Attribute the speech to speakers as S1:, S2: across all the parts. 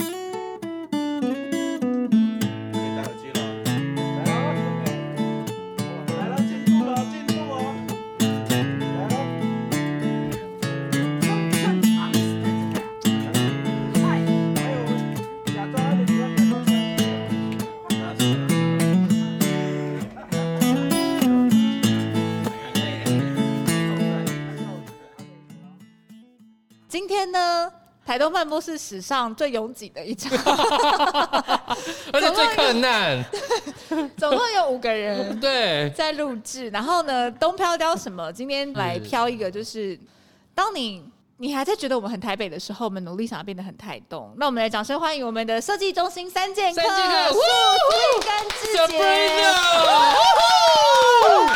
S1: 可以戴耳机了。来了，进步了，进步哦！来了，还有哎假装的，不要假装的。
S2: 今天呢，台东慢播是史上最拥挤的一 场，
S3: 而且最困难，
S2: 总共有五个 人
S3: 对，
S2: 在录制。然后呢，东飘雕什么？今天来飘一个，就是当你你还在觉得我们很台北的时候，我们努力想要变得很台东。那我们来掌声欢迎我们的设计中心三剑客，
S3: 三剑客
S2: 素
S3: 呜
S2: 志跟志杰。
S3: Sabrina，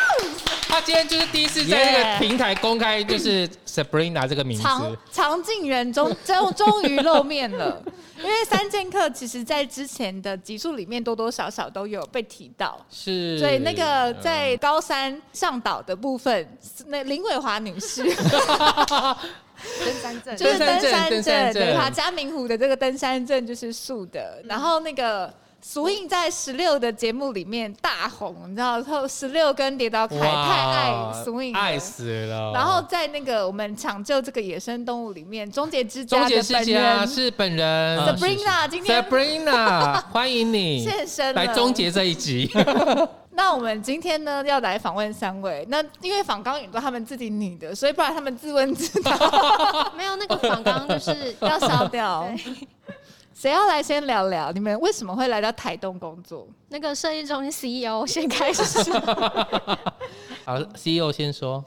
S3: 他今天就是第一次在这
S2: 哦 Yeah
S3: 个平台公开，就是 Sabrina 这个名
S2: 常
S3: 字，
S2: 常进人 中，终终于露面了。因为三剑客其实在之前的集数里面多多少少都有被提到，
S3: 是，嗯
S2: 所以那个在高三上岛的部分，那林伟华女士
S4: 登山证
S2: 就是登山
S3: 登山证
S2: 证，
S3: 登山嗯证
S2: 对，她嘉明湖的这个登山证就是素的，然后那个。俗印在十六的节目里面大红，你知道，后十六跟跌倒凯
S3: 嗯
S2: 太爱俗印了，
S3: 爱死了，
S2: 然后在那个我们抢救这个野生动物里面，终结之
S3: 终
S2: 家
S3: 结
S2: 的
S3: 世
S2: 本
S3: 家
S2: 人
S3: 是本人
S2: 嗯 Sabrina，今天
S3: Sabrina 欢迎你
S2: 现身
S3: 来
S2: 了
S3: 终结这 一集，
S2: 那我们今天呢要来访问三位，那因为访刚也都他们自己拟的，所以不然他们自问自答
S4: 没有那个仿刚就是
S2: 要烧 掉。谁要来先聊聊你们为什么会来到台东工作？
S4: 那个设计中心 CEO 先开始，
S3: 好，CEO 先说，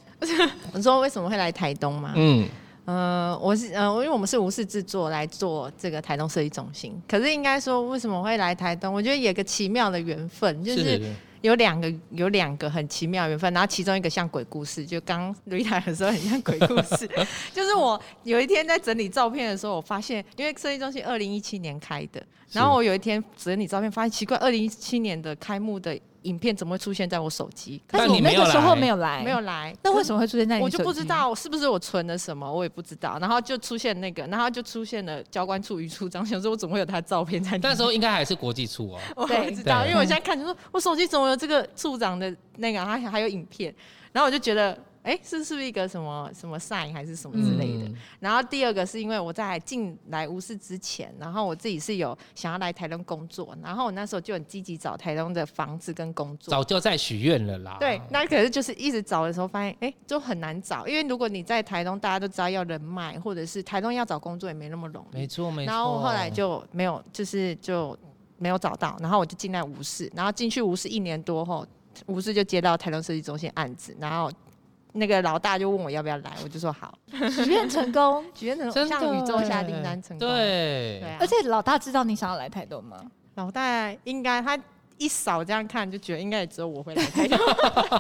S5: 你说为什么会来台东吗？
S3: 嗯，
S5: 呃，我是呃，因为我们是无事制作来做这个台东设计中心，可是应该说为什么会来台东？我觉得有个奇妙的缘分，就是有两个有两个很奇妙的缘分，然后其中一个像鬼故事，就刚吕塔的时候很像鬼故事，就是我有一天在整理照片的时候，我发现因为设计中心二零一七年开的，然后我有一天整理照片发现奇怪，二零一七年的开幕的影片怎么会出现在我手机？
S3: 但
S2: 是我
S3: 你没
S2: 那
S3: 有
S2: 个时候
S3: 来
S2: 没有来，
S5: 没有。来，
S2: 那为
S5: 么？
S2: 什么会出现哎在你
S5: 我就
S2: 手
S5: 不
S2: 机
S5: 知。道是不是我存了什么，我也不知道。然后就出现那个，然后就出现了教官处、余处长，想说我怎么会有他的照片在里面？
S3: 那时候应该还是国际处哦，
S5: 我
S2: 对
S5: 不知道，
S3: 对
S5: 因为我现在看就说，我手机怎么有这个处长的那个，还还有影片，然后我就觉得，哎、是是不是一个什么什么 sign 还是什么之类的？
S3: 嗯
S5: 然后第二个是因为我在进来吴市之前，然后我自己是有想要来台东工作，然后我那时候就很积极找台东的房子跟工作。
S3: 早就在许愿了啦，
S5: 对，那可是就是一直找的时候发现，哎、就很难找，因为如果你在台东，大家都知道要人脉，或者是台东要找工作也没那么容易。
S3: 没错没错。
S5: 然后我后来就没有，就是就没有找到，然后我就进来无视，然后进去无视一年多后，无视就接到台东设计中心案子，然后那个老大就问我要不要来，我就说好，
S2: 许愿成 功，
S5: 许愿成
S3: 真的
S5: 向宇宙下订单成功，
S3: 对
S5: 对、啊，
S2: 而且老大知道你想要来台东 吗？
S5: 老大应该他一扫这样看就觉得应该也只有我会来台东。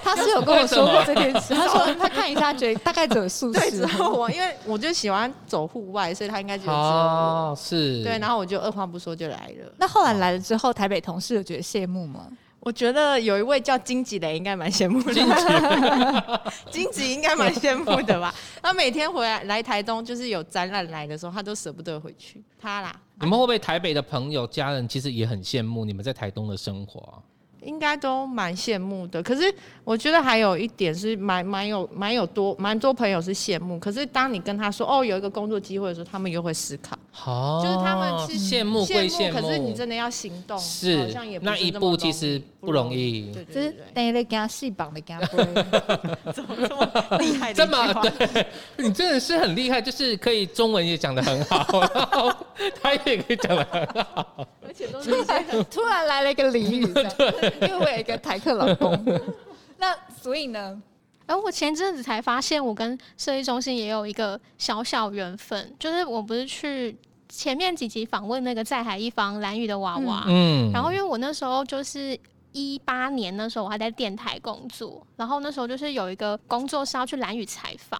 S2: 他是有跟我说过这件事，他说他看一下，觉得大概只有素
S5: 对，
S2: 食
S5: 只。有我，因为我就喜欢走户外，所以他应该觉得只有我。
S3: 哦是，
S5: 对，然后我就二话不说就来了。
S2: 那后来来了之后，台北同事有觉得羡慕吗？
S5: 我觉得有一位叫金吉的，应该蛮羡慕的。金吉， 应该蛮羡慕的吧？他每天回来来台东，就是有展览来的时候，他都舍不得回去。他啦，
S3: 你们会不会台北的朋友家人其实也很羡慕你们在台东的生活啊、
S5: 应该都蛮羡慕的。可是我觉得还有一点是蛮蛮有蛮有多蛮多朋友是羡慕，可是当你跟他说哦有一个工作机会的时候，他们又会思考。
S3: 好
S5: 就是他
S6: 哦
S5: 们是
S3: 羡慕归羡慕，
S5: 可是你真的要行动，好
S3: 是
S5: 像也不
S3: 那
S5: 是
S3: 一
S5: 么
S3: 步
S5: 容
S3: 其
S5: 易
S3: 实
S5: 不
S3: 不容易。
S5: 对
S2: 就
S5: 对
S2: 是
S5: 对
S2: 那一类给他细绑的，给他背。
S5: 对，怎么这么厉害的
S3: 这
S5: 一句
S3: 么
S5: 话
S3: 对，你真的是很厉害，就是可以中文也讲得很好，然后他也可以讲得很好。
S5: 而且都是一些
S2: 突然来了一个俚语，这样因为我有一个台客老 公。那所以呢，
S4: 而我前阵子才发现，我跟设计中心也有一个小小缘分，就是我不是去前面几集访问那个在海一方蓝宇的娃娃，
S3: 嗯
S4: 然后因为我那时候就是一八年那时候我还在电台工作，然后那时候就是有一个工作是要去兰屿采访，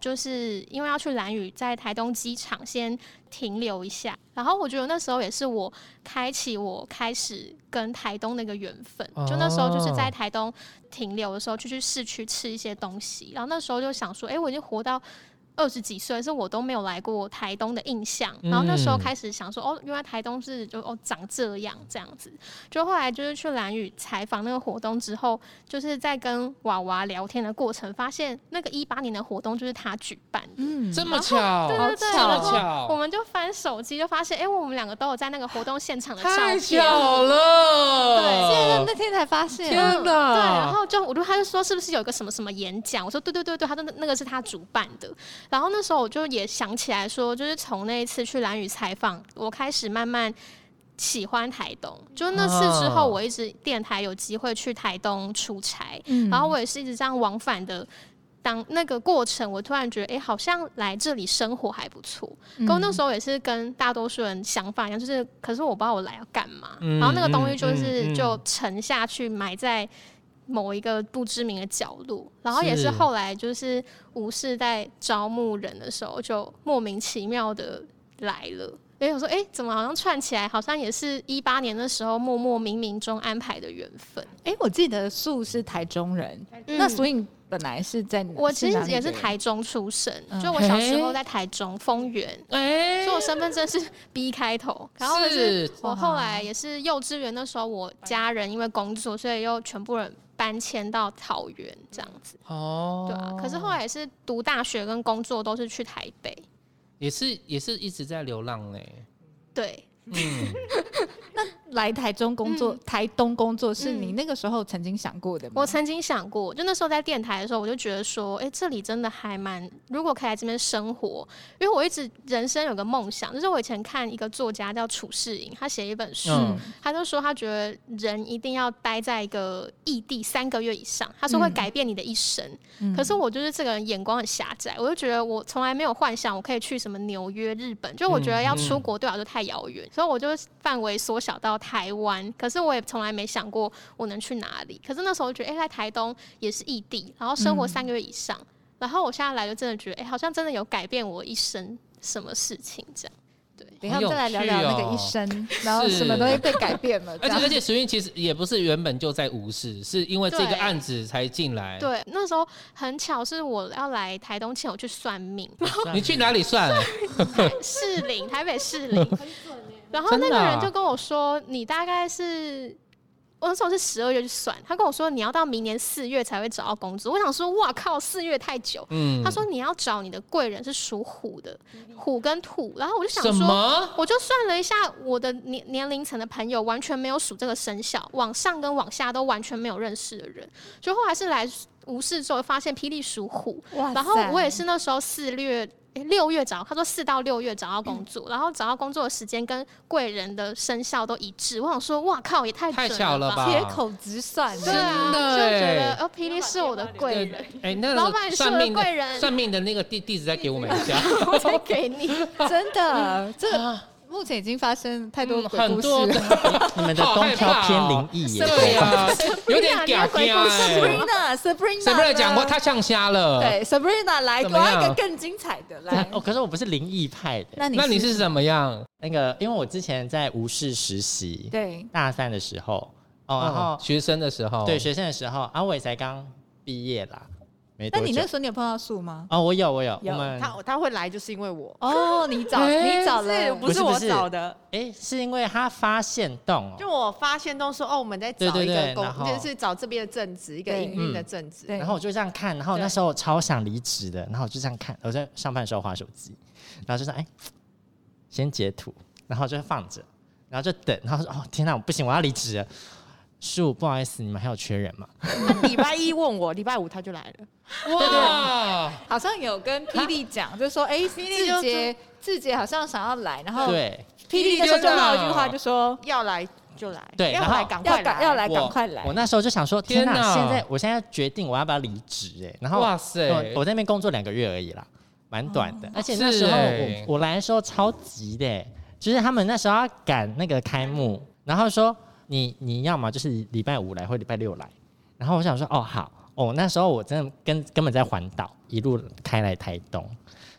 S4: 就是因为要去兰屿，在台东机场先停留一下，然后我觉得那时候也是我开启我开始跟台东那个缘分，就那时候就是在台东停留的时候，就去市区吃一些东西，然后那时候就想说，哎、我已经活到。二十几岁，所以我都没有来过台东的印象。
S5: 嗯
S4: 然后那时候开始想说，哦，原来台东是就哦长这样这样子。就后来就是去兰屿采访那个活动之后，就是在跟娃娃聊天的过程，发现那个一八年的活动就是他举办的。
S5: 嗯，
S3: 这么巧，
S4: 对对对，
S5: 好巧
S4: 然后我
S3: 巧，
S4: 们就翻手机，就发现，哎、我们两个都有在那个活动现场的照
S3: 太
S4: 片。
S3: 巧了！
S2: 那天才发现，啊
S3: 天哪！
S4: 对，然后就我就他就说是不是有一个什么什么演讲？我说对对对对，他的那个是他主办的。然后那时候我就也想起来说，就是从那一次去蓝屿采访，我开始慢慢喜欢台东。就那次之
S3: 哦
S4: 后，我一直电台有机会去台东出差，
S2: 嗯
S4: 然后我也是一直这样往返的。当那个过程，我突然觉得，哎、好像来这里生活还不错。
S2: 嗯
S4: 跟我那时候也是跟大多数人想法一样，就是可是我不知道我来要干嘛。
S3: 嗯
S4: 然后那个东西就
S3: 嗯嗯
S4: 是
S3: 嗯
S4: 就沉下去，埋在某一个不知名的角落。然后也
S3: 是
S4: 是后来就是吴氏在招募人的时候，就莫名其妙的来了。因为我说，哎、怎么好像串起来，好像也是一八年的时候默默冥冥中安排的缘分。
S2: 哎、我记得素是台中人，
S4: 嗯
S2: 那所以你本来是在哪
S4: 我其实
S2: 哪里
S4: 也是
S2: 的人
S4: 台中出生，
S2: 嗯
S4: 就我小时候
S3: 嘿
S4: 在台中丰原，
S3: 哎
S4: 所以我身份证是 B 开头。然后就是
S3: 是
S4: 我后来也是幼稚园的时候，我家人因为工作，所以又全部人搬迁到桃园这样子，
S3: 哦，
S4: 对啊。可是后来也是读大学跟工作都是去台北，
S3: 也是也是一直在流浪嘞。
S4: 对，
S3: 嗯，
S2: 来台中工作，
S4: 嗯
S2: 台东工作是
S4: 嗯
S2: 你那个时候曾经想过的吗？
S4: 我曾经想过，就那时候在电台的时候，我就觉得说，哎、这里真的还蛮，如果可以来这边生活，因为我一直人生有个梦想，就是我以前看一个作家叫楚世颖，他写一本书，
S3: 嗯
S4: 他就说他觉得人一定要待在一个异地三个月以上，他说会
S2: 嗯
S4: 改变你的一生。
S2: 嗯
S4: 可是我就是这个人眼光很狭窄，我就觉得我从来没有幻想我可以去什么纽约、日本，就我觉得要出国对我来说太遥远，所以我就范围缩小到台湾。可是我也从来没想过我能去哪里。可是那时候我觉得，哎、在台东也是异地，然后生活三个月以上，然后我现在来就真的觉得，哎、好像真的有改变我一生什么事情这样。
S2: 等一下我们再来聊聊那个一生，然后什么东西被改变 了，这
S3: 而且
S2: 样
S3: 而且，石韵其实也不是原本就在无视，是因为这个
S4: 对
S3: 案子才进来。，
S4: 对，那时候很巧，是我要来台东前，我去算命，
S3: 你去哪里算？
S4: 士林， 台北士林。然后那
S3: 嗯真的
S4: 个
S3: 啊
S4: 人就跟我说，你大概是。我那时候是十二月去算，他跟我说你要到明年四月才会找到工作。我想说，哇靠，四月太久。
S3: 嗯，
S4: 他说你要找你的贵人是属虎的，虎跟土。然后我就想
S3: 什
S4: 说，
S3: 么？
S4: 我就算了一下我的年年龄层的朋友，完全没有属这个生肖，往上跟往下都完全没有认识的人。就后来是来无事之后发现霹雳属虎，
S2: 哇
S4: 然后
S2: 塞
S4: 我也是那时候四月。诶六月找，他说四到六月找到工作，然后找到工作的时间跟贵人的生肖都一致。我想说，哇靠，也太
S3: 太
S4: 准
S3: 巧了
S4: 了
S3: 吧
S2: 铁口直算，欸
S4: 对啊，
S3: 真的
S4: 就觉
S3: 欸
S4: 得哦，霹雳是我的贵人，
S3: 哎，那
S4: 老板
S3: 个
S4: 是
S3: 算
S4: 我的
S3: 命的
S4: 贵人
S3: 算命的那个地地址再给我们一下。
S4: 我才给你。
S2: 真的，这目前已经发生太多
S3: 嗯
S2: 的鬼
S3: 啊很
S2: 故事
S3: 多
S2: 了。
S3: 的，
S6: 你们的东飘
S2: 哦
S6: 偏灵异耶，
S3: 对呀，有点
S4: 你要
S3: 假
S4: 鬼
S3: 假
S4: 故事
S3: 哎。
S2: Sabrina，Sabrina，
S3: 谁不
S2: 呢
S3: 是讲过他像瞎了？，
S2: 对，Sabrina 来，给
S3: 怎
S2: 我
S3: 么样
S2: 一个更精彩的 来。
S6: 哦，可是我不是灵异派的，
S2: 你
S3: 那你是怎么样？
S6: 那个，因为我之前在无事实习，
S2: 对嗯
S6: 大三的时候，哦，然后、
S3: 嗯学生的时候，
S6: 对学生的时候，啊，我也才刚毕业啦，没
S2: 那
S6: 多久。
S2: 你那时候你有碰到树吗？
S6: 哦，我有我有，
S2: 有
S6: 我们
S5: 他他会来就是因为我，
S2: 哦，你找
S3: 哎
S2: 你找
S5: 是
S2: 了，
S5: 不是
S6: 不是
S5: 我
S6: 不是
S5: 找的？
S6: 哎、是因为他发现洞
S5: 就
S6: 哦，
S5: 我发现都说哦，我们在找
S6: 对对
S5: 一
S6: 对
S5: 个工
S6: 然，后嗯
S5: 就是找这边的正职，一个
S2: 对
S5: 营运的正职。
S2: 对
S6: 然后我就这样看，然后
S5: 对
S6: 那时候超想离职的，然后我就这样看，我在上班的时候划手机，然后就说哎、先截图，然后就放着，然后就等，然后说哦天哪，我不行，我要离职了。树，不好意思，你们还有缺人吗？
S5: 他礼拜一问我，礼拜五他就来了。
S3: 哇，
S2: 好像有跟霹雳
S3: 啊
S2: 讲，就说哎，
S5: 雳就
S2: 志杰，志杰好像想要来，
S3: 哦
S2: 然后
S6: 对
S2: 霹雳那时候就闹一句话，就说
S5: 要来就来，
S6: 对
S5: 要
S6: 然后
S5: 来赶
S2: 要
S5: 快
S2: 赶
S5: 来，
S2: 要来，
S6: 我
S2: 赶快来
S6: 我。那时候就想说，
S3: 天
S6: 天
S3: 哪
S6: 哪！现在我现在决定我要不要离职哎，然后
S3: 哇塞
S6: 我我在那边工作两个月而已啦，蛮短的。而且那
S3: 是
S6: 时候
S3: 欸
S6: 我我来的时候超急的欸，就是他们那时候要赶那个开幕，然后说你你要么就是礼拜五来或礼拜六来，然后我想说哦好哦，那时候我真的根根本在环岛一路开来台东，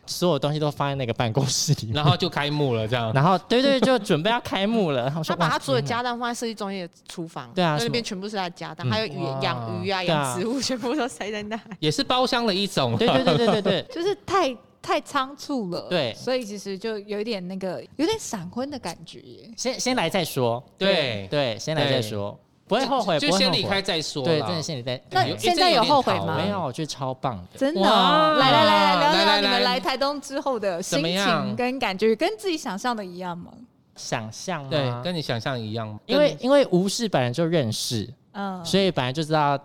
S6: 所有东西都放在那个办公室里面，
S3: 然后就开幕了，这 样。
S6: 然后对对，就准备要开幕了，然后我
S5: 他
S6: 说
S5: 把
S6: 哇
S5: 他所有
S6: 天哪
S5: 家当放在设计中心的厨房，
S6: 对啊
S5: 那
S6: 什么
S5: 边全部是他的家当，
S6: 嗯
S5: 还有鱼
S3: 哇
S5: 养鱼啊、
S6: 对啊
S5: 养植物，全部都塞在那。
S3: 也是包厢的一种。
S6: 对对对对对对，
S2: 就是太太仓促了，
S6: 对
S2: 所以其实就有一点那个有点闪婚的感觉耶。
S6: 先先来再说，
S3: 对
S6: 对，先来再
S3: 对
S6: 说，不会后悔，
S3: 就
S6: 不会
S3: 先
S6: 后
S3: 离
S6: 悔
S3: 开再说啦。
S6: 对，真的先离开。
S2: 那
S3: 有
S2: 现在有后悔吗
S3: 哎
S6: 没有，我觉得超棒的。
S2: 真的、
S3: 哇
S2: 哦，来来来来，聊
S3: 来来
S2: 聊你们
S3: 来
S2: 来台东之后的心
S3: 怎么
S2: 情
S3: 样
S2: 跟感觉，跟自己想象的一样吗？
S6: 想象
S3: 有一点
S6: 吗
S3: 对，？跟你想象一样，
S6: 嗯因为因为吴氏本来就认识，
S2: 嗯，
S6: 所以本来就知道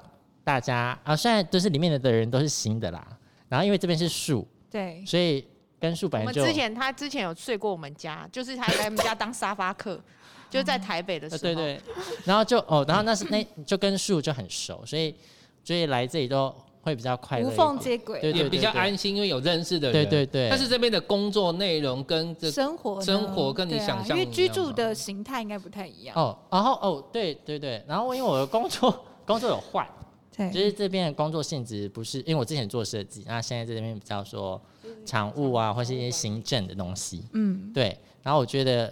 S6: 大家啊，虽然都是里面的人都是新的啦，然后因为这边是树，
S2: 对，
S6: 所以跟树
S5: 我
S6: 本来
S5: 们
S6: 就
S5: 之前他之前有睡过我们家，就是他来我们家当沙发客，就是在台北的时
S6: 呃
S5: 候。
S6: 对对，然后就哦，然后那是那就跟树就很熟，所以所以来这里都会比较快乐
S2: 无
S6: 一点，
S2: 缝接轨，
S6: 对对
S3: 也比较安心，因为有认识的人。
S6: 对对对
S3: 但是这边的工作内容跟这
S2: 生活呢
S3: 生活跟你
S2: 对啊
S3: 想象
S2: 因为
S3: 一
S2: 居
S3: 样
S2: 住
S3: 吗
S2: 的形态应该不太一样。
S6: 哦，然后哦，对对对，然后因为我的工作工作有换，
S2: 对
S6: 就是这边的工作性质不是，因为我之前做设计，那现在在这边比较说产务啊，或是一些行政的东西，
S2: 嗯，
S6: 对，然后我觉得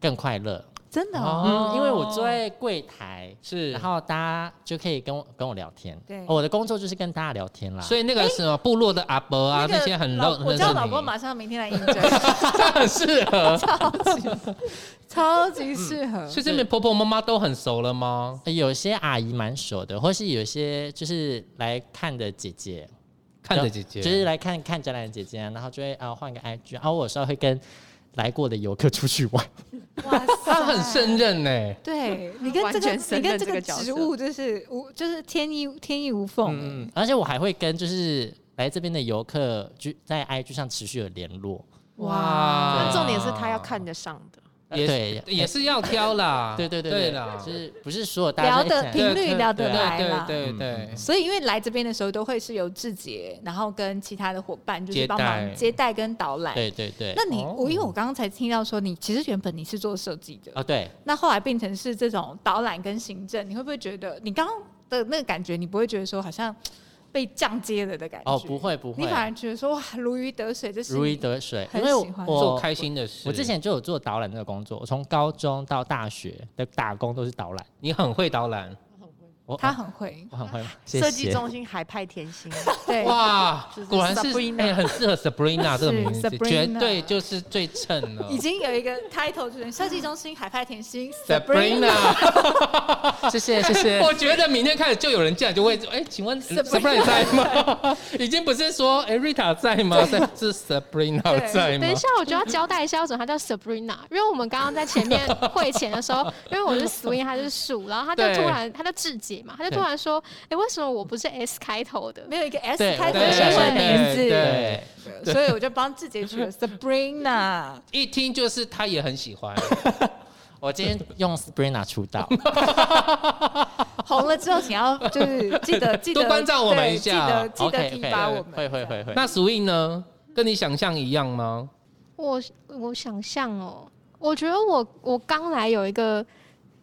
S6: 更快乐，
S2: 真的、哦，
S3: 哦
S6: 嗯，因为我坐在柜台，
S3: 是，
S6: 然后大家就可以跟我跟我聊天，
S2: 对
S6: 哦我的工作就是跟大家聊天啦，
S3: 所以那个什么部落的阿伯啊，
S2: 哎那
S3: 那
S2: 个
S3: 些很
S2: 老
S3: 热，
S2: 我叫
S3: 认识
S2: 老
S3: 你
S2: 公马上明天来 应征，
S3: 他很 适合。
S2: 超级适 合。
S3: 所以这边婆婆妈妈都很熟了吗？
S6: 呃有些阿姨蛮熟的，或是有些就是来看的姐姐，
S3: 看着姐姐，
S6: 就是来看看展览的姐姐啊，然后就会啊换个 IG 啊，我有时候会跟来过的游客出去玩，
S2: 哇塞，
S3: 她很胜任欸呢、
S2: 对你跟
S5: 完
S2: 这个
S5: 全胜
S2: 你跟
S5: 任
S2: 这
S5: 这
S2: 个
S5: 个角色
S2: 植物就是无就是天衣天衣无
S6: 嗯
S3: 嗯
S2: 缝、欸，
S6: 而且我还会跟就是来这边的游客就在 IG 上持续的联络，
S3: 哇
S6: 啊
S5: 那重点是他要看得上
S3: 啊
S5: 的。
S3: 也
S6: 对。
S3: 也是要挑啦
S6: 对对对
S3: 对啦，
S6: 就是不是所有大家
S2: 聊
S6: 都一
S2: 的
S6: 起
S2: 频
S6: 来
S3: 对
S2: 率聊得
S3: 对
S2: 来啦。
S3: 对对对，
S2: 所以，因为来这边的时候，都会是由志杰，然后跟其他的伙伴就是
S3: 接待
S2: 帮忙接待跟导览。
S6: 对对对
S2: 那，你
S3: 哦
S2: 我因为我刚刚才听到说，你其实原本你是做设计的，
S6: 哦对，
S2: 那后来变成是这种导览跟行政，你会不会觉得你刚刚的那个感觉，你不会觉得说好像被降阶了的感觉？
S6: 哦不，会不
S2: 你
S6: 会，
S2: 反而觉得说哇，如鱼得水，这是
S6: 如鱼
S2: 你
S6: 得水，
S2: 很
S6: 因为
S2: 喜欢
S3: 做
S6: 我
S3: 开心的事。
S6: 我之前就有做导览这个工作，我从高中到大学的打工都是导览，
S3: 你很会导览，
S6: 我哦
S2: 他很会，
S6: 我很会谢
S5: 设计
S6: 谢
S5: 中心海派甜 心，
S2: 对，
S3: 哇
S5: 就是，
S3: 果然是
S5: Sabrina
S3: 哎、很适合 Sabrina 这个名字，
S2: Sabrina
S3: 绝对就是最衬了
S2: 已。经有一个 title 就是设计中心海派甜心
S3: Sabrina，
S6: 谢谢谢 谢
S3: 我觉得明天开始就有人进来就会说，哎、请问
S2: Sabrina
S3: Sabrina 在吗？ 已经不是说哎、Rita 在吗？是是 Sabrina
S2: 对
S3: 在吗
S4: 等一？下，我就要交代一下，为什么她叫 Sabrina，因为我们刚刚在前面会前的时候，因为我是 Swing，她是鼠，然后她就
S3: 对
S4: 突然，她叫志杰嘛，她就突然说，哎、为什么我不是 S 开头的？
S2: 没有一个 S
S6: 对
S2: 开头
S3: 对
S2: 的英文名
S3: 对
S2: 字，
S3: 对，
S2: 所以我就帮志杰取 了
S6: 嗯
S2: Sabrina。
S3: 一听就是他也很喜欢，
S6: 我今天用 Sprina 出 道，
S2: 红了之后，请要就是记 得记得
S3: 多关照我们一下
S2: 对记得
S6: OK，
S2: 记得提
S6: OK，
S2: 拔
S3: 对
S2: 我们。
S6: 会会会会，
S3: 那 Swing 呢？跟你想象一样吗？
S4: 我我想象哦，我觉得我我刚来有一个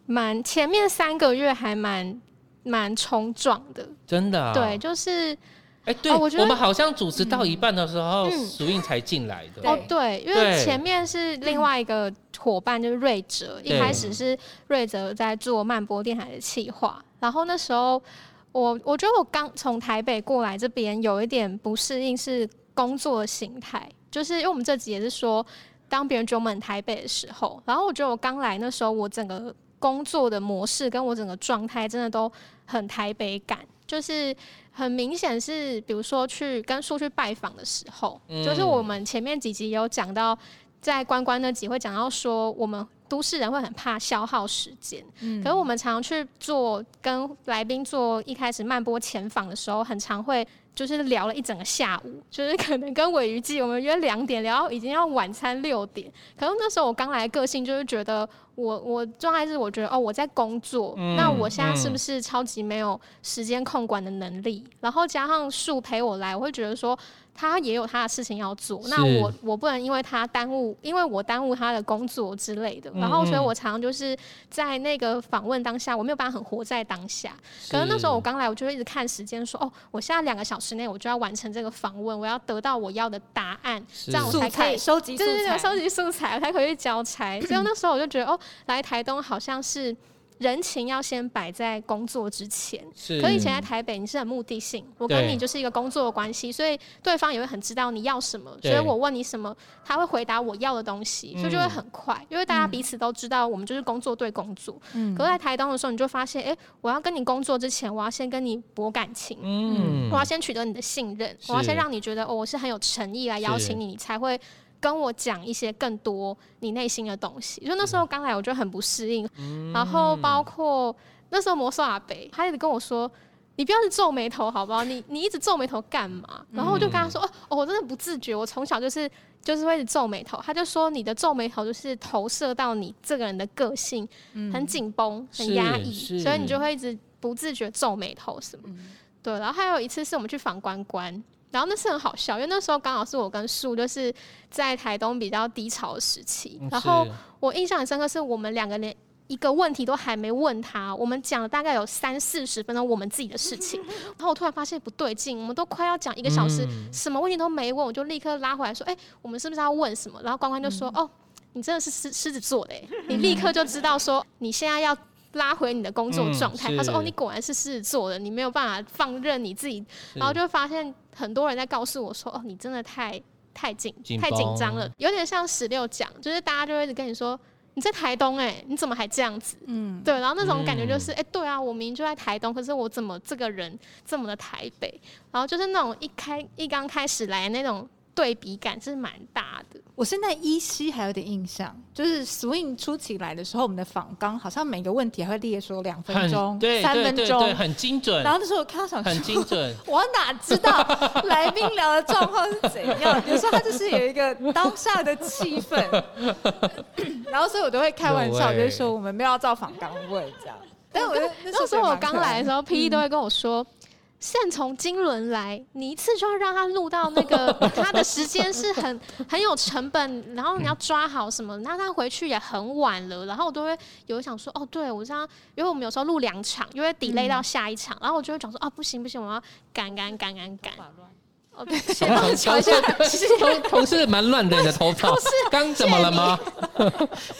S4: 蛮前面三个月还蛮蛮冲撞的，
S3: 真的、啊，
S4: 对，，就是
S3: 哎、对、
S4: 哦
S3: 我
S4: 我觉得
S3: 们好像主持到一半的时候、
S4: 嗯
S3: s w i n g 才进来的，
S2: 对
S4: 哦，对，因为
S3: 对
S4: 前面是另外一个伙伴，就是瑞哲，一
S3: 对
S4: 开始是瑞哲在做曼波电台的企划，然后那时候我我觉得我刚从台北过来这边有一点不适应是工作的形态，就是因为我们这集也是说，当别人觉得我们很台北的时候，然后我觉得我刚来那时候，我整个工作的模式跟我整个状态真的都很台北感，就是很明显是，比如说去跟树去拜访的时候，
S3: 嗯
S4: 就是我们前面几集有讲到，在关关那集会讲到说，我们都市人会很怕消耗时间，
S2: 嗯
S4: 可是我们常去做跟来宾做一开始慢播前访的时候，很常会就是聊了一整个下午，就是 可能跟尾鱼记我们约两点聊到已经要晚餐六点，可是那时候我刚来，个性就是觉得我我状态是我觉得哦我在工作，
S3: 嗯
S4: 那我现在是不是超级没有时间控管的能力？然后加上树陪我来，我会觉得说他也有他的事情要做，那
S3: 是
S4: 我我不能因为他耽误，因为我耽误他的工作之类
S3: 嗯
S4: 的。然后所以我常常就是在那个访问当下，我没有办法很活在当下。可是那时候我刚来，我就会一直看时间，说哦，我现在两个小时内我就要完成这个访问，我要得到我要的答案，
S3: 是
S4: 这样我
S2: 素
S4: 才可以
S2: 材收集素
S4: 对对对，
S2: 材，
S4: 收集素材，我才可以去交差。所以那时候我就觉得，哦，来台东好像是人情要先摆在工作之前。
S3: 是
S4: 可以前在台北，你是很目的性，我跟
S3: 对
S4: 你就是一个工作的关系，所以对方也会很知道你要什么，所
S3: 对嗯
S4: 以我问你什么，他会回答我要的东西，所以就会很快，因为大家彼此都知道我们就是工作对工作。
S2: 嗯
S4: 可是在台东的时候，你就发现，哎、我要跟你工作之前，我要先跟你博感情。
S3: 嗯
S4: 我要先取得你的信任，我要
S3: 是
S4: 先让你觉得哦，我是很有诚意来邀
S3: 是
S4: 请你，你才会跟我讲一些更多你内心的东西。就那
S3: 嗯
S4: 时候刚来，我就很不适应，然后包括那时候魔兽阿北，他一直跟我说。你不要是皱眉头好不好？你你一直皱眉头干嘛？然后我就
S3: 嗯
S4: 跟他说，哦哦，我真的不自觉，我从小就是就是会一直皱眉头。他就说你的皱眉头就是投射到你这个人的个性，很紧绷、很压抑，
S3: 嗯是是嗯
S4: 所以你就会一直不自觉皱眉头什么。对，然后还有一次是我们去访关关，然后那次很好笑，因为那时候刚好是我跟树就是在台东比较低潮的时期，
S3: 嗯
S4: 然后我印象很深刻是我们两个连。一个问题都还没问他，我们讲了大概有三四十分钟我们自己的事情，然后我突然发现不对劲，我们都快要讲一
S3: 一
S4: 个小时，
S6: 嗯
S3: 嗯
S4: 什么问题都没问，我就立刻拉回来说：“哎、我们是不是要问什么？”然后关关就
S3: 嗯
S4: 说：“哦，你真的是狮狮子座 的欸，你立刻就知道说你现在要拉回你的工作
S3: 嗯
S4: 状态。
S3: 是
S4: 他说：“哦，你果然是狮子座的，你没有办法放任你自己。”然后就发现很多人在告诉我说：“哦，你真的太太紧
S3: 紧
S4: 太紧张
S3: 绷
S4: 了，有点像十六讲，就是大家就会一直跟你说。”你在台东哎、你怎么还这样子？
S2: 嗯，
S4: 对，然后那种感觉就是，哎、对啊，我明明就在台东，可是我怎么这个人这么的台北？然后就是那种一开一刚开始来那种对比感是蛮大的。
S2: 我现在依稀还有点印象，就是 swing 初期来的时候，我们的访纲好像每个问题还会列说两分
S3: 很
S2: 钟、
S3: 对
S2: 三
S3: 对
S2: 分
S3: 对
S2: 钟，
S3: 对，很精准
S2: 然，后那时候我看到想
S3: 很精
S2: 说，
S3: 准，
S2: 我哪知道来宾聊的状况是怎样？有时候他就是有一个当下的气氛，然后所以我都会开玩笑，
S3: 有欸
S2: 我就会说我们没有要照访纲问这 样。 但我就
S4: 那时候我刚来的时
S2: 候
S4: 候，P E 都会跟我说。现从金轮来，你一次就要让他录到那个，他的时间是很很有成本，然后你要抓好什么，那他回去也很晚了，然后我都会有想说，哦，对我这样，因为我们有时候录两场，因为 delay 到下一场，然后我就会讲说，啊，不行不行，我要赶赶赶赶赶，哦，对，先帮我瞧一下，
S3: 其实同同事蛮乱的，你的头 发刚怎么了吗？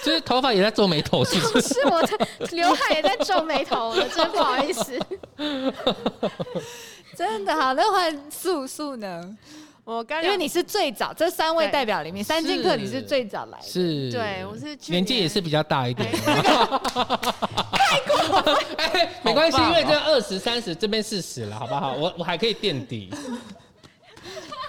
S3: 就是头发也在皱眉头，是不
S4: 不
S3: 是？
S4: 是我的刘海也在皱眉头了，真不好 意思。
S2: 真的好，那换素素呢？
S5: 我刚
S2: 因为你是最早这三位
S5: 对
S2: 代表里面，三剑客你
S3: 是
S2: 是最早来的，
S3: 是，
S5: 对我是去
S3: 年纪
S5: 年
S3: 也是比较大 一点。
S5: 哎
S3: 哎，没关系，
S5: 好棒
S3: 因
S5: 哦
S3: 为这二十三十这边四十了，好不好？我我还可以垫底。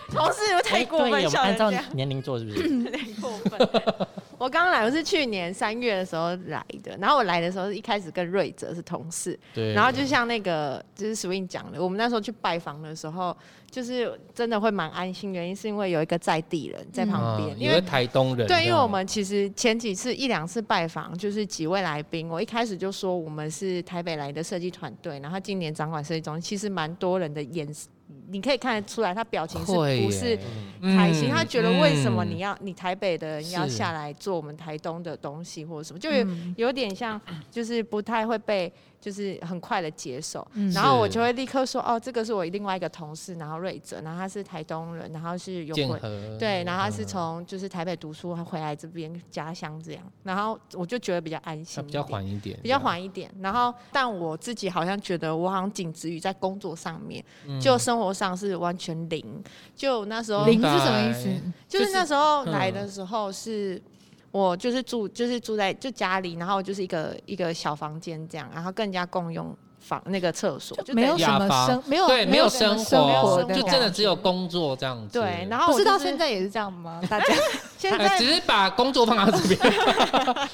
S5: 同事有太
S6: 哎
S5: 过
S6: 对，
S5: 分，
S6: 有
S5: 笑
S6: 按
S5: 人
S6: 照
S5: 家
S6: 年龄做是 不是？
S5: 有点过分。 我刚来，我是去年三月的时候来的，然后我来的时候一开始跟瑞哲是同事，
S3: 对
S5: 然后就像那个就是 Swing 讲的，我们那时候去拜访的时候，就是真的会蛮安心，原因是因为有一个在地人在旁边，
S3: 嗯
S5: 因
S3: 有个
S5: 为。
S3: 台东人，
S5: 对，因为我们其实前几次一两次拜访，就是几位来宾，我一开始就说我们是台北来的设计团队，然后今年掌管设计中心，其实蛮多人的眼神，你可以看得出来，他表情是
S3: 会耶
S5: 不是
S3: 嗯
S5: 开心，他觉得为什么
S3: 嗯
S5: 你要你台北的人要
S3: 是嗯
S5: 下来做我们台东的东西或者什么，就有、
S2: 嗯
S5: 有点像，就是不太会被就是很快的接受。然后我
S3: 是
S5: 就会立刻说，哦，这个是我另外一个同事，然后瑞哲，然后他是台东人，然后是有
S3: 建
S5: 回
S3: 和
S5: 对，然后他是
S3: 嗯
S5: 从就是台北读书回来这边家乡这样，然后我就觉得比较安
S3: 他
S5: 心，
S3: 比较，缓一点，
S5: 比较缓一点。然后，但我自己好像觉得我好像仅止于在工作上面，
S3: 嗯
S5: 就生活上是完全零。就那时候
S2: 零是什么意思？
S5: 就
S3: 就
S5: 是
S3: 是
S5: 那时候
S3: 嗯
S5: 来的时候是。我就是住，就是住在就家里，然后就是一个一个小房间这样，然后跟人家共用房那个厕所，就
S2: 没有
S5: 等于
S2: 什么
S3: 哑巴
S2: 生，没有
S3: 对，没有
S2: 什么
S3: 生
S2: 活
S3: 活，
S2: 的
S3: 就
S2: 感
S3: 真的
S2: 觉
S3: 只有工作这样子。
S5: 对，然后
S2: 不
S5: 我
S2: 知道
S5: 就是
S2: 现在也是这样吗？大家
S5: 现
S3: 呃
S5: 在
S3: 只是把工作放到这 边，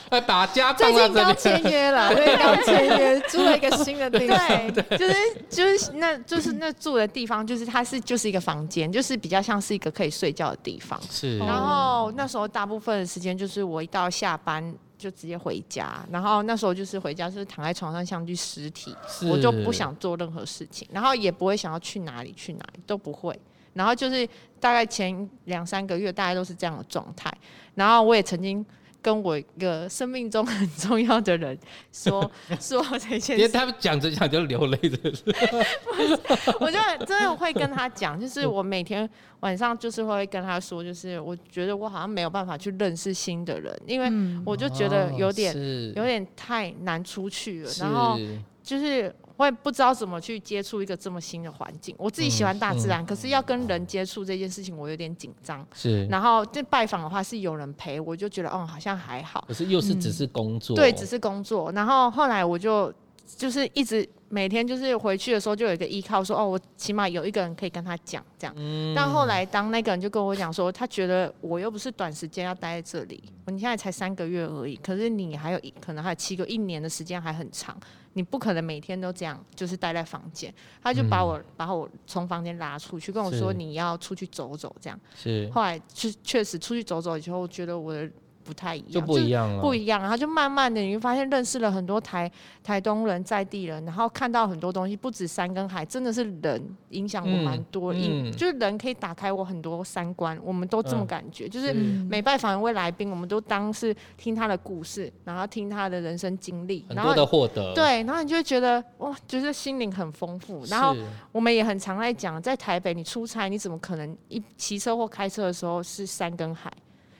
S3: 呃，把家
S2: 最
S3: 放
S2: 近
S3: 到
S2: 刚
S3: 这
S2: 签
S3: 边。
S2: 约了，最近刚签约，租了一个新的地方。
S5: 对，就是就是那就是那住的地方，就是它是就是一个房间，就是比较像是一个可以睡觉的地方。
S3: 是
S5: 然后那时候大部分的时间就是我一到下班就直接回家，然后那时候就是回家就是躺在床上像具尸体，
S3: 是
S5: 我就不想做任何事情，然后也不会想要去哪里去哪里都不会。然后就是大概前两三个月，大概都是这样的状态。然后我也曾经跟我一个生命中很重要的人 说说这件
S3: 因为
S5: 事，
S3: 他们讲着讲着流泪的，
S5: 我就真的会跟他讲，就是
S3: 嗯
S5: 我每天晚上就是会跟他说，就是我觉得我好像没有办法去认识新的人，因为
S2: 嗯，
S5: 我就觉得有点、
S3: 哦是
S5: 有点太难出去了，
S3: 是
S5: 然后就是会不知道怎么去接触一个这么新的环境。我自己喜欢大自然，可是要跟人接触这件事情，我有点紧张。
S3: 是，
S5: 然后这拜访的话是有人陪，我就觉得哦好像还好，
S3: 可是又是只是哦工作，
S5: 嗯对，只是工作。然后后来我就就是一直每天就是回去的时候就有一个依靠说哦我起码有一个人可以跟他讲这样。
S3: 嗯
S5: 但后来，当那个人就跟我讲说，他觉得我又不是短时间要待在这里，你现在才三个月而已，可是你还有一可能还有七个一年的时间还很长，你不可能每天都这样，就是待在房间。他就把我、把我从房间拉出去，跟我说
S3: 嗯是
S5: 你要出去走走这样。
S3: 是
S5: 后来确确实出去走走以后，觉得我的不太一样，
S3: 就不一样了，
S5: 不一样，然后就慢慢的你会发现认识了很多台台东人在地人，然后看到很多东西，不止山跟海，真的是人影响我蛮
S3: 嗯
S5: 多，
S3: 嗯
S5: 影、就是人可以打开我很多三观，我们都这么
S3: 嗯
S5: 感觉，就是
S2: 嗯
S5: 每拜访一位来宾，我们都当是听他的故事，然后听他的人生经历，
S3: 很
S5: 然
S3: 多
S5: 后
S3: 的获得，
S5: 对，然后你就会觉得哇，就是心灵很丰富，
S3: 是，
S5: 然后我们也很常在讲，在台北你出差，你怎么可能一骑车或开车的时候是山跟海？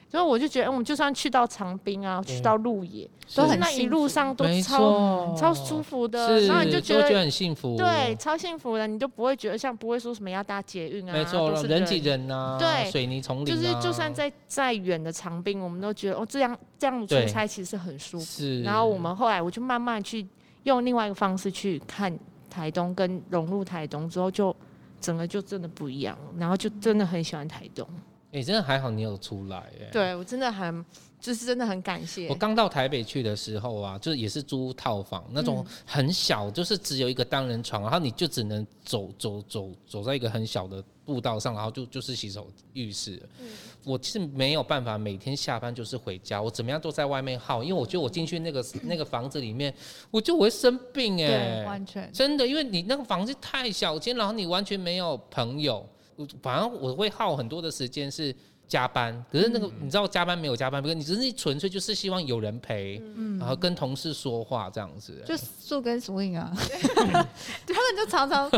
S5: 所以我就觉得，嗯我们就算去到长滨啊，去到鹿野，
S2: 都
S5: 就是
S2: 很
S5: 那
S2: 幸
S5: 一
S2: 福
S5: 路上都
S3: 没
S5: 超
S3: 错，
S5: 超舒服的，
S3: 是，
S5: 然后你
S3: 就
S5: 就觉
S3: 会觉得
S5: 得
S3: 很幸福，
S5: 对，超幸福的，你就不会觉得像不会说什么要搭捷运啊，
S3: 没错
S5: 都，是
S3: 人挤。人呐，
S5: 对
S3: 水泥丛林
S5: 就
S3: 啊，
S5: 是就算在再远的长滨，我们都觉得哦，这样这样出
S3: 对
S5: 差其实很舒服。
S3: 是，
S5: 然后我们后来我就慢慢去用另外一个方式去看台东，跟融入台东之后，就整个就真的不一样了，然后就真的很喜欢台东。
S3: 你真的还好，你有出来，哎，
S5: 对我真的很，就是真的很感谢
S3: 我。刚到台北去的时候啊，就是也是租套房，那种
S5: 嗯
S3: 很小，就是只有一个单人床，然后你就只能走走走走在一个很小的步道上，然后就就是洗手浴室了。
S5: 嗯
S3: 我是没有办法每天下班就是回家，我怎么样都在外面耗，因为我觉得我进去那个那个房子里面，我就我会生病哎、
S2: 对，完全
S3: 真的，因为你那个房子太小间，然后你完全没有朋友，我反正我会耗很多的时间是加班，可是那个、
S5: 嗯
S3: 你知道加班没有加班，不是你只是纯粹就是希望有人陪，
S2: 嗯
S3: 然后跟同事说话这样子、
S2: 就树根 swing 啊，他们就常常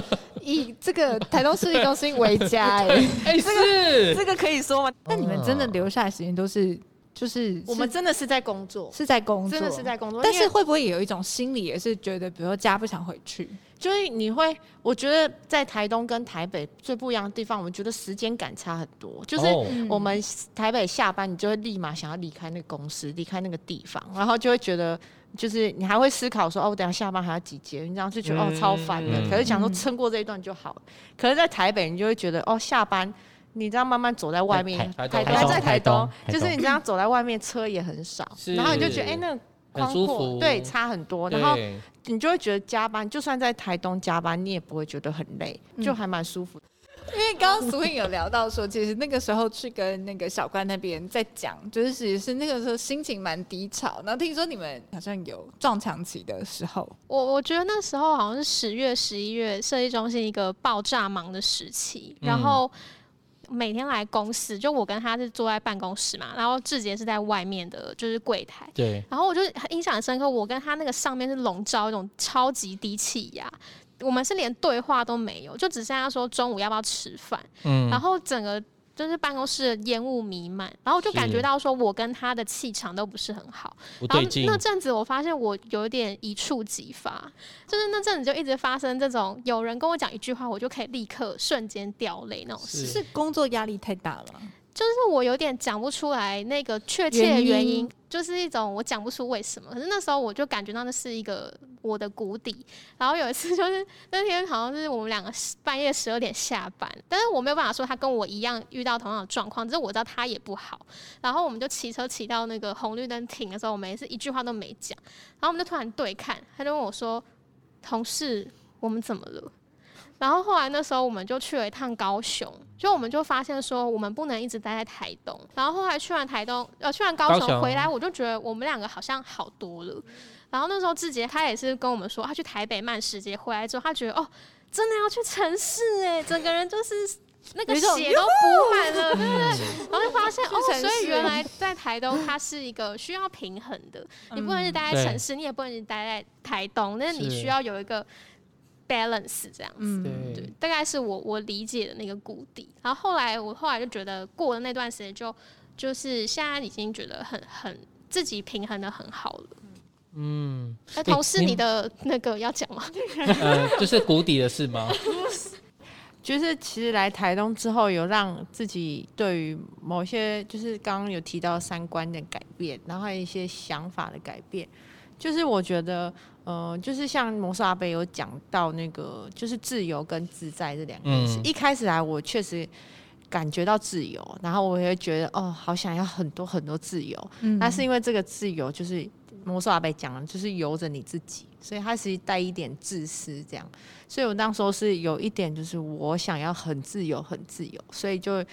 S2: 以这个台东市立中心为家、哎，
S3: 哎、是
S5: 这个可以说吗？
S2: 但你们真的留下来时间都是就是
S5: 我们
S2: 是
S5: 真的是在工作，
S2: 是在工作，
S5: 真的是在工作，
S2: 但
S5: 因
S2: 是
S5: 为
S2: 会不会也有一种心理，也是觉得，比如说家不想回去，
S5: 就是你会，我觉得在台东跟台北最不一样的地方，我们觉得时间感差很多，就是。嗯
S3: 哦
S5: 我们台北下班，你就会立马想要离开那个公司，离开那个地方，然后就会觉得，就是你还会思考说，哦，我等一下下班还要挤捷运，这样就觉得、
S3: 嗯
S5: 哦超烦的。
S3: 嗯
S5: 可是想说
S2: 嗯
S5: 撑过这一段就好了。可是，在台北你就会觉得，哦，下班你这样慢慢走在外面，
S3: 台台
S5: 台
S3: 台
S5: 还
S3: 东
S5: 在
S6: 台
S5: 台
S6: 东
S5: 东，
S6: 台
S5: 就是
S6: 东
S5: 你这样走在外面，车也很少，
S3: 是
S5: 然后你就觉得，哎、那个
S3: 很
S5: 宽
S3: 舒
S5: 阔
S3: 服，
S5: 对，差很多。
S3: 对
S5: 然后你就会觉得加班，就算在台东加班，你也不会觉得很累，
S2: 嗯
S5: 就还蛮舒服的。
S2: 因为刚刚 Swing 有聊到说，其实那个时候去跟那个小关那边在讲，就是其实是那个时候心情蛮低潮。然后听说你们好像有撞墙期的时候，
S4: 我我觉得那时候好像是十月、十一月设计中心一个爆炸忙的时期，
S3: 嗯
S4: 然后每天来公司，就我跟他是坐在办公室嘛，然后志杰是在外面的，就是柜台。
S3: 对
S4: 然后我就很印象很深刻，我跟他那个上面是笼罩一种超级低气压，我们是连对话都没有，就只剩下说中午要不要吃饭，
S3: 嗯
S4: 然后整个就是办公室的烟雾弥漫，然后我就是感觉到说我跟他的气场都不是很好。
S3: 不
S4: 然
S3: 对
S4: 后
S3: 劲
S4: 那，阵子我发现我有点一触即发，就是那阵子就一直发生这种有人跟我讲一句话，我就可以立刻瞬间掉泪那种事。
S3: 是
S2: 是工作压力太大了，
S4: 就是我有点讲不出来那个确切的
S2: 原因
S4: 原因，就是一种我讲不出为什么。可是那时候我就感觉到那是一个我的谷底。然后有一次 就是那天好像是我们两个半夜十二点下班，但是我没有办法说他跟我一样遇到同样的状况，只是我知道他也不好。然后我们就骑车骑到那个红绿灯停的时候，我们也是一句话都没讲。然后我们就突然对看，他就问我说：“同事，我们怎么了？”然后后来那时候我们就去了一趟高雄，就我们就发现说我们不能一直待在台东。然后后来去完台东，呃，去完高
S3: 高
S4: 雄
S3: 雄
S4: 回来，我就觉得我们两个好像好多了。然后那时候志杰他也是跟我们说，他去台北慢时节回来之后，他觉得哦，真的要欸去城市哎，整个人就是那个
S2: 有一种
S4: 血都补满了，对不对？然后就发 现哦，所以原来在台东它是一个需要平衡 的，你不能是待在城市，你也不能是待在台东，但是你
S3: 嗯是
S4: 需要有一个 balance 这样子。
S2: 嗯，
S3: 对，
S4: 大概是我我理解的那个谷底。然后后来我后来就觉得过了那段时间就就是现在已经觉得很很自己平衡的很好了。
S3: 嗯，
S4: 那同事
S3: 你
S4: 你的那个要讲吗？
S3: 呃，就是谷底的事 吗？
S5: 就是其实来台东之后，有让自己对于某些就是刚刚有提到三观的改变，然后还有一些想法的改变。就是我觉得，呃，就是像魔术阿贝有讲到那个，就是自由跟自在这两件事。
S3: 嗯
S5: 一开始来，我确实感觉到自由，然后我也会觉得，哦，好想要很多很多自由。
S2: 嗯
S5: 那是因为这个自由，就是魔术阿北讲的，就是由着你自己，所以他其实带一点自私这样。所以我当时候是有一点，就是我想要很自由，很自由，所以就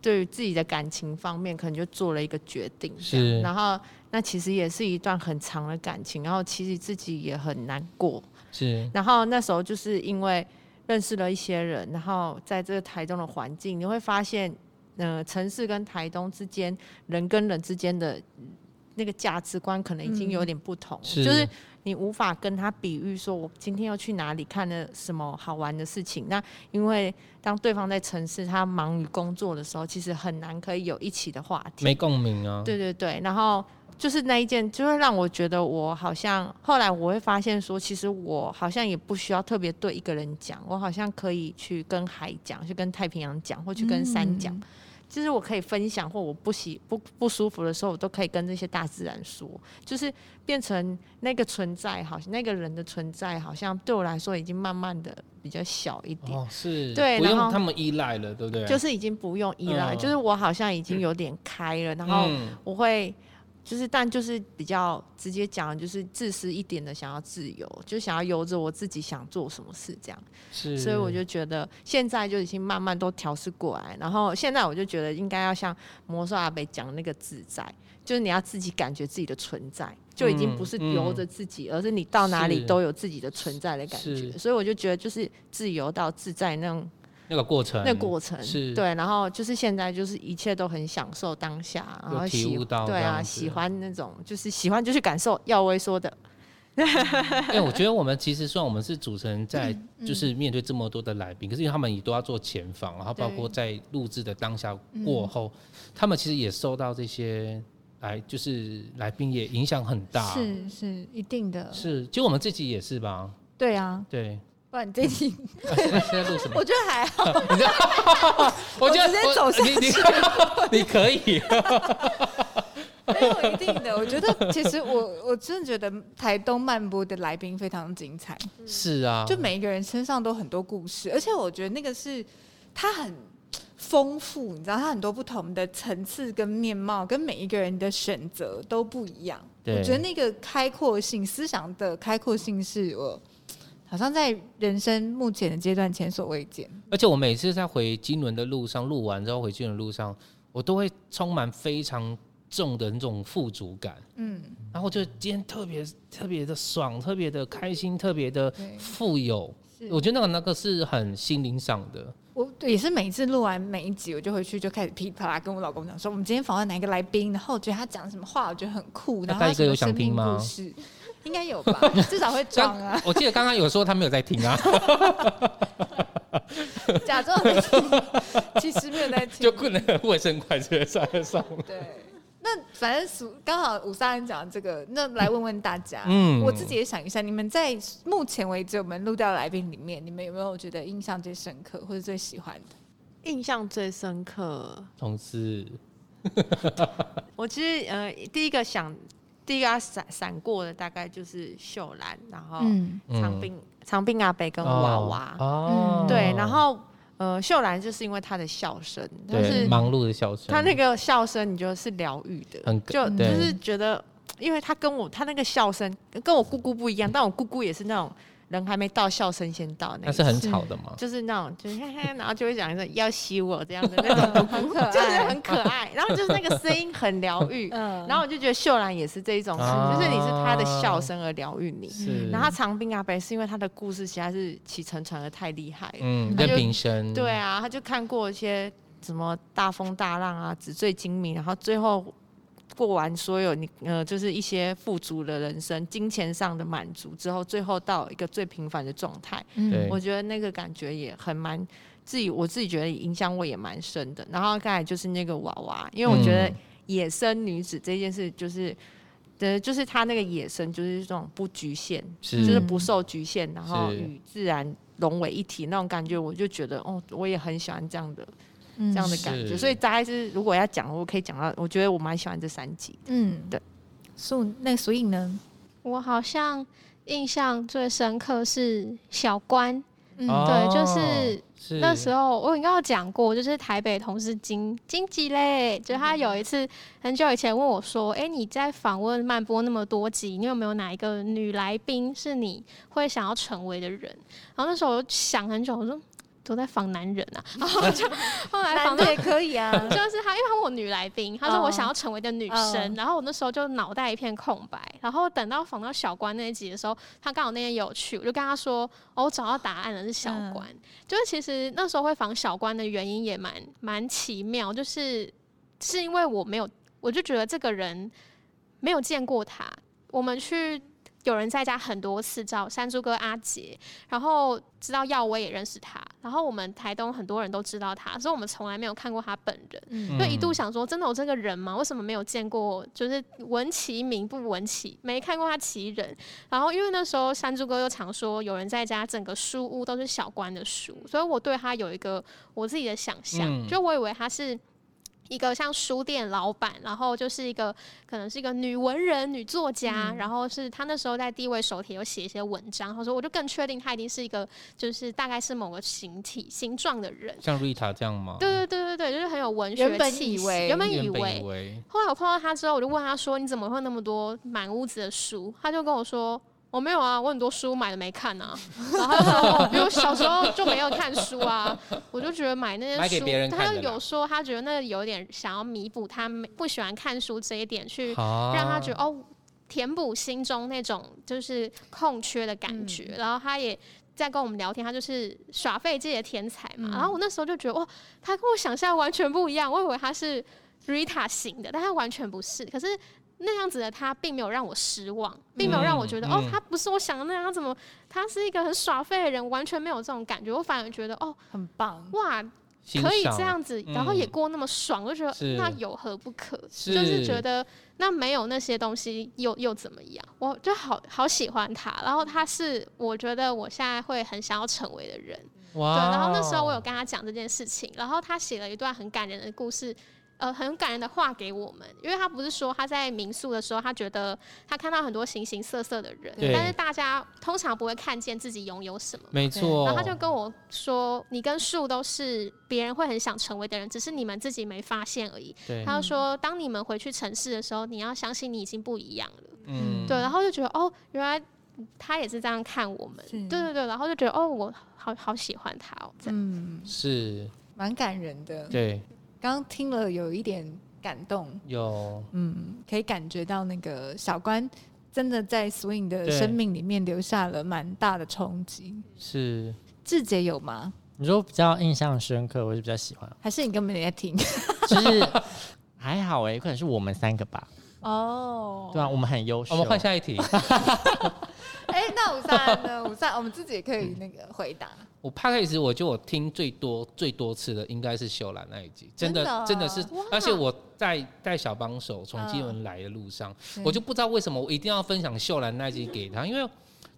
S5: 对于自己的感情方面，可能就做了一个决定这样。
S3: 是
S5: 然后那其实也是一段很长的感情，然后其实自己也很难过。
S3: 是，
S5: 然后那时候就是因为认识了一些人，然后在这个台东的环境，你会发现，呃，城市跟台东之间，人跟人之间的嗯那个价值观可能已经有点不同，
S3: 是
S5: 就是你无法跟他比喻说，我今天要去哪里看了什么好玩的事情。那因为当对方在城市，他忙于工作的时候，其实很难可以有一起的话题。
S3: 没共鸣啊。
S5: 对对对，然后就是那一件，就会让我觉得我好像后来我会发现说，其实我好像也不需要特别对一个人讲，我好像可以去跟海讲，去跟太平洋讲，或去跟
S3: 嗯
S5: 山讲。其实我可以分享，或我不喜不不舒服的时候，我都可以跟这些大自然说，就是变成那个存在，好像那个人的存在，好像对我来说已经慢慢的比较小一点。
S3: 哦，是，
S5: 对
S3: 不
S5: 然
S3: 用
S5: 后
S3: 他们依赖了，对不对？
S5: 就是已经不用依赖，
S3: 嗯
S5: 就是我好像已经有点开了，然后
S3: 嗯
S5: 我会就是，但就是比较直接讲，就是自私一点的，想要自由，就想要由着我自己想做什么事这样。
S3: 是，
S5: 所以我就觉得现在就已经慢慢都调试过来，然后现在我就觉得应该要像魔术阿北讲那个自在，就是你要自己感觉自己的存在，就已经不是由着自己，而是你到哪
S3: 嗯
S5: 里
S3: 是
S5: 都有自己的存在的感觉。
S3: 是
S5: 所以我就觉得就是自由到自在那种
S3: 那个过程，
S5: 那过程
S3: 是
S5: 对，然后就是现在就是一切都很享受当下，然
S3: 有
S5: 后
S3: 体
S5: 喜
S3: 悟到
S5: 对
S3: 这
S5: 啊，
S3: 样
S5: 喜
S3: 子
S5: 欢那种就是喜欢就去感受。耀威说的，
S3: 哎、我觉得我们其实虽然我们是主持人，在
S2: 嗯
S3: 就是面对这么多的来宾，可是因为他们也都要做前访，然后包括在录制的当下
S2: 嗯
S3: 过后，他们其实也受到这些来就是来宾也影响很大。
S2: 嗯是是一定的，
S3: 是，就我们自己也是吧？
S2: 对啊，
S3: 对，
S2: 不然这题
S3: 现在现在录什么
S2: 我？觉得 还好，
S3: 我觉得
S2: 我直接走下
S3: 去， 你你你可以，
S2: 没有一定的。我觉得其实我我真的觉得台东漫播的来宾非常精彩，
S3: 是啊，
S2: 就每一个人身上都很多故事，而且我觉得那个是它很丰富，你知道，它很多不同的层次跟面貌，跟每一个人的选择都不一样。
S3: 对
S2: 我觉得那个开阔性，思想的开阔性是我好像在人生目前的阶段前所未见。
S3: 而且我每次在回金轮的路上，录完之后回金轮的路上，我都会充满非常重的那种富足感。
S2: 嗯，
S3: 然后就今天特别特别的爽，特别的开心，特别的
S2: 对
S3: 富有。
S2: 是
S3: 我觉得那个那个是很心灵上的，
S2: 我也是每一次录完每一集，我就回去就开始噼里啪啦跟我老公讲说，我们今天访问哪一个来宾，然后我觉得他讲什么话，我觉得很酷，然
S3: 那
S2: 后他
S3: 大哥
S2: 什么
S3: 有想
S2: 生命
S3: 听吗
S2: 故事应该有吧，至少会装
S3: 刚
S2: 啊，
S3: 我记得刚刚有说他没有在听啊，
S2: 假装没听，其实没有在听。
S3: 就困了卫生快车在上。
S2: 对，那反正俗刚好五三人讲这个，那来问问大家，
S3: 嗯
S2: 我自己也想一下，你们在目前为止我们录到的来宾里面，你们有没有觉得印象最深刻或者最喜欢的？
S5: 印象最深刻，
S3: 嗯同事
S5: 我其实呃第一个想第一个要闪闪过的大概就是秀兰，然后
S2: 嗯
S5: 长滨、长滨阿北跟娃娃，
S4: 啊
S3: 哦
S2: 嗯
S5: 对，然后呃秀兰就是因为她的笑声，就
S3: 对
S5: 是
S3: 忙碌的小声，
S5: 她那个笑声，你觉得是疗愈的，
S3: 很
S5: 就就
S3: 对
S5: 是觉得，因为她跟我她那个笑声跟我姑姑不一样，但我姑姑也是那种人还没到笑声先到那
S3: 那
S5: 一
S3: 是
S5: 种。
S3: 很吵的嘛，
S5: 就是那种，就是嘿嘿，然后就会讲说要吸我这样的那 种，很可爱，就是很可爱。然后就是那个声音很疗愈，
S2: 嗯
S5: 然后我就觉得秀兰也是这一种，
S3: 啊
S5: 就是你是她的笑声而疗愈你。
S3: 是，
S5: 然后长滨阿北是因为他的故事实在是起承转合太厉害了，
S3: 嗯，
S5: 啊他就
S3: 任平生，
S5: 对啊，他就看过一些什么大风大浪啊，纸醉金迷，然后最后过完所有你呃，就是一些富足的人生、金钱上的满足之后，最后到一个最平凡的状态。
S6: 对
S5: 我觉得那个感觉也很蛮自己，我自己觉得影响我也蛮深的。然后刚才就是那个娃娃，因为我觉得
S6: 嗯
S5: 野生女子这件事就是。呃，就是她那个野生，就是这种不局限，
S6: 是
S5: 就是不受局限，然后
S3: 嗯是
S5: 与自然融为一体那种感觉，我就觉得哦，我也很喜欢这样的
S2: 嗯
S5: 这样的感觉。
S3: 是
S5: 所以大概是如果要讲，我可以讲到，我觉得我蛮喜欢这三集。
S2: 嗯
S5: 对。
S2: 素那个所以呢？
S4: 我好像印象最深刻是小关，
S2: 嗯
S3: 哦
S4: 对就是
S3: 是
S4: 那时候我应该有讲过，就是台北同事金金吉嘞，就他有一次很久以前问我说：“哎、你在访问曼波那么多集，你有没有哪一个女来宾是你会想要成为的人？”然后那时候我就想很久，我说都在访男 人啊，然后就后来
S2: 男
S4: 访到
S2: 的也可以 啊。
S4: 就是他，因为他问我女来宾，他说我想要成为的女生
S2: 嗯
S4: 然后我那时候就脑袋一片空白，然后等到访到小关那一集的时候，他刚好那天有去，我就跟他说，哦，我找到答案了，是小关。就是其实那时候会访小关的原因也蛮蛮奇妙，就是是因为我没有，我就觉得这个人没有见过他，我们去。有人在家很多次找山猪哥阿杰，然后知道耀威也认识他，然后我们台东很多人都知道他，所以我们从来没有看过他本人。
S2: 嗯
S4: 就一度想说，真的有这个人吗？为什么没有见过？就是闻其名不闻其，没看过他其人。然后因为那时候山猪哥又常说，有人在家整个书屋都是小关的书，所以我对他有一个我自己的想象，
S3: 嗯
S4: 就我以为他是。一个像书店老板，然后就是一个可能是一个女文人、女作家，然后是他那时候在地位手帖有写一些文章，他说我就更确定他一定是一个就是大概是某个形体形状的人，
S3: 像 Rita 这样吗？
S4: 对对对对对，就是很有文学
S2: 原本
S4: 气
S2: 以
S4: 息
S2: 为
S4: 原本
S3: 原
S4: 以
S3: 本以
S4: 为。
S3: 为
S4: 后来我碰到他之后，我就问他说：“你怎么会有那么多满屋子的书？”他就跟我说：“我、没有啊，我很多书买了没 看啊。”然后他就说：“哦因为我小时候就没有看书 啊。”我就觉得买那
S3: 买
S4: 些
S3: 给
S4: 书
S3: 别人，
S4: 他
S3: 看的
S4: 就
S3: 啦
S4: 有说他觉得那有点想要弥补他没不喜欢看书这一点，去
S3: 啊
S4: 让他觉得哦，填补心中那种就是空缺的感觉。然后他也在跟我们聊天，他就是耍废界的天才嘛。
S2: 嗯
S4: 然后我那时候就觉得哇，他跟我想象完全不一样，我以为他是 Rita 型的，但他完全不是。可是。那样子的他并没有让我失望，并没有让我觉得、
S3: 嗯
S4: 哦
S3: 嗯，
S4: 他不是我想的那样，他怎么他是一个很耍废的人，完全没有这种感觉。我反而觉得哦，
S2: 很棒。
S4: 哇，
S3: 欣
S4: 可以
S3: 赏
S4: 这样子，然后也
S3: 嗯
S4: 过那么爽，我就觉得
S3: 是
S4: 那有何不可？就是觉
S3: 是
S4: 得那没有那些东西又又怎么样？我就好好喜欢他，
S3: 嗯
S4: 然后他是我觉得我现在会很想要成为的人。对，
S3: 哇
S4: 然后那时候我
S3: 哦
S4: 有跟他讲这件事情，然后他写了一段很感人的故事，呃，很感人的话给我们，因为他不是说他在民宿的时候，他觉得他看到很多形形色色的人，
S3: 对
S4: 但是大家通常不会看见自己拥有什么。
S3: 没错，
S6: 哦
S4: 然后他就跟我说：“你跟树都是别人会很想成为的人，只是你们自己没发现而已。”
S3: 对，
S4: 他就说：“当你们回去城市的时候，你要相信你已经不一样了。”
S3: 嗯
S4: 对，然后就觉得哦，原来他也是这样看我们。
S5: 是
S4: 对对对，然后就觉得哦，我好好喜欢他哦。这样
S2: 嗯，
S3: 是，
S2: 蛮感人的。
S3: 对，
S2: 刚刚听了有一点感动，
S3: 有
S2: 嗯，可以感觉到那个小关真的在 swing 的
S3: 对
S2: 生命里面留下了蛮大的冲击。
S3: 是
S2: 志杰有吗？
S6: 你说比较印象深刻，我是比较喜欢，
S2: 还是你根本没在听？
S6: 就是还好哎、可能是我们三个吧，
S2: 哦
S6: 对啊，我们很优秀。
S3: 我们换下一题。
S2: 哎、那五三呢？五三，我们自己也可以那个回答。
S3: 我 p o d c a s 我觉得我听最多最多次的应该是秀兰那一集，真的
S2: 真
S3: 真
S2: 的
S3: 的
S2: 啊
S3: 是
S4: 哇，
S3: 而且我在带小帮手从金门来的路上，
S2: 嗯
S3: 我就不知道为什么我一定要分享秀兰那一集给他，因为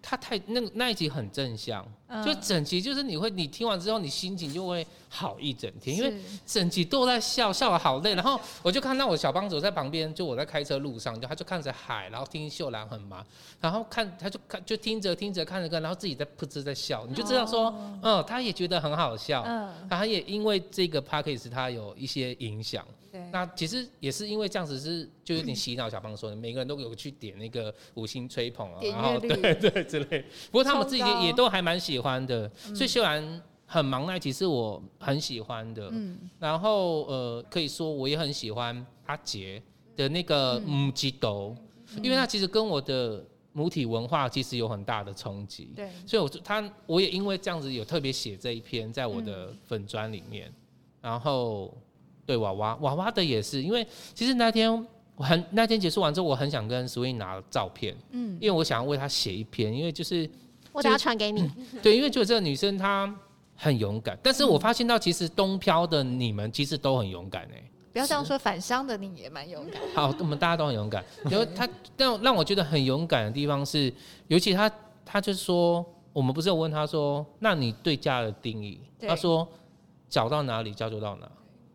S3: 他太那个那一集很正向，
S2: 嗯
S3: 就整集就是你会你听完之后你心情就会好一整天，因为
S2: 是
S3: 整集都在笑，笑得好累。然后我就看到我小帮手在旁边，就我在开车路上，就他就看着海，然后听秀兰很忙，然后看他就看就听着听着看着看，然后自己在噗嗤在笑，你就知道说，嗯，他也觉得很好笑。
S2: 哦嗯，
S3: 他也因为这个 p a c k a g e 他有一些影响。
S2: 对，
S3: 那其实也是因为这样子是就有点洗脑小帮手，每个人都有去点那个五星吹捧啊，
S2: 点
S3: 然
S2: 阅
S3: 后
S2: 率
S3: 对对之类。不过他们自己
S2: 冲高嗯
S3: 也也都还蛮喜欢的，所以秀兰很忙那一集是我很喜欢的。
S2: 嗯，
S3: 然后呃，可以说我也很喜欢阿杰的那个
S2: 嗯
S3: 母鸡斗，因为它其实跟我的母体文化其实有很大的冲击。
S2: 对，嗯
S3: 所以我就他我也因为这样子有特别写这一篇在我的粉砖里面。然后对娃娃，娃娃的也是，因为其实那天我很那天结束完之后，我很想跟 Swing 拿照片，
S2: 嗯，
S3: 因为我想要为她写一篇，因 为就是
S4: 我等下传给你。
S3: 对，因为就这个女生她很勇敢，但是我发现到其实东漂的你们其实都很勇敢哎、
S2: 不要这样说，返乡的你也蛮勇敢。
S3: 好，我们大家都很勇敢。然后 她让让我觉得很勇敢的地方是，尤其她她就说，我们不是有问她说，那你对家的定义？
S2: 对
S3: 她说找到哪里家就到哪，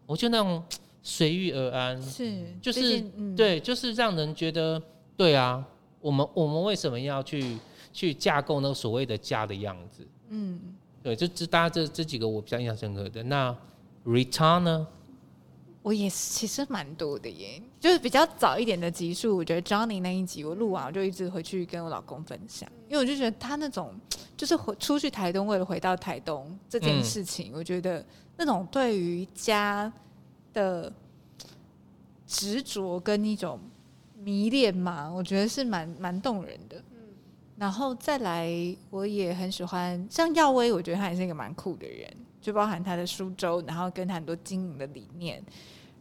S3: 我就那种随遇而安，
S2: 是，
S3: 就是
S2: 毕竟嗯，
S3: 对，就是让人觉得，对啊，我们我们为什么要去去架构那个所谓的家的样子？
S2: 嗯，
S3: 对，就这大家这这几个我比较印象深刻的。那 Rita 呢？
S2: 我也是，其实蛮多的耶。就是比较早一点的集数，我觉得 Johnny 那一集我录完，我就一直回去跟我老公分享，因为我就觉得他那种就是回出去台东，为了回到台东这件
S3: 嗯
S2: 事情，我觉得那种对于家的执着跟一种迷恋嘛，我觉得是蛮蛮动人的。然后再来，我也很喜欢像耀威，我觉得他也是一个蛮酷的人，就包含他的苏州，然后跟他很多经营的理念。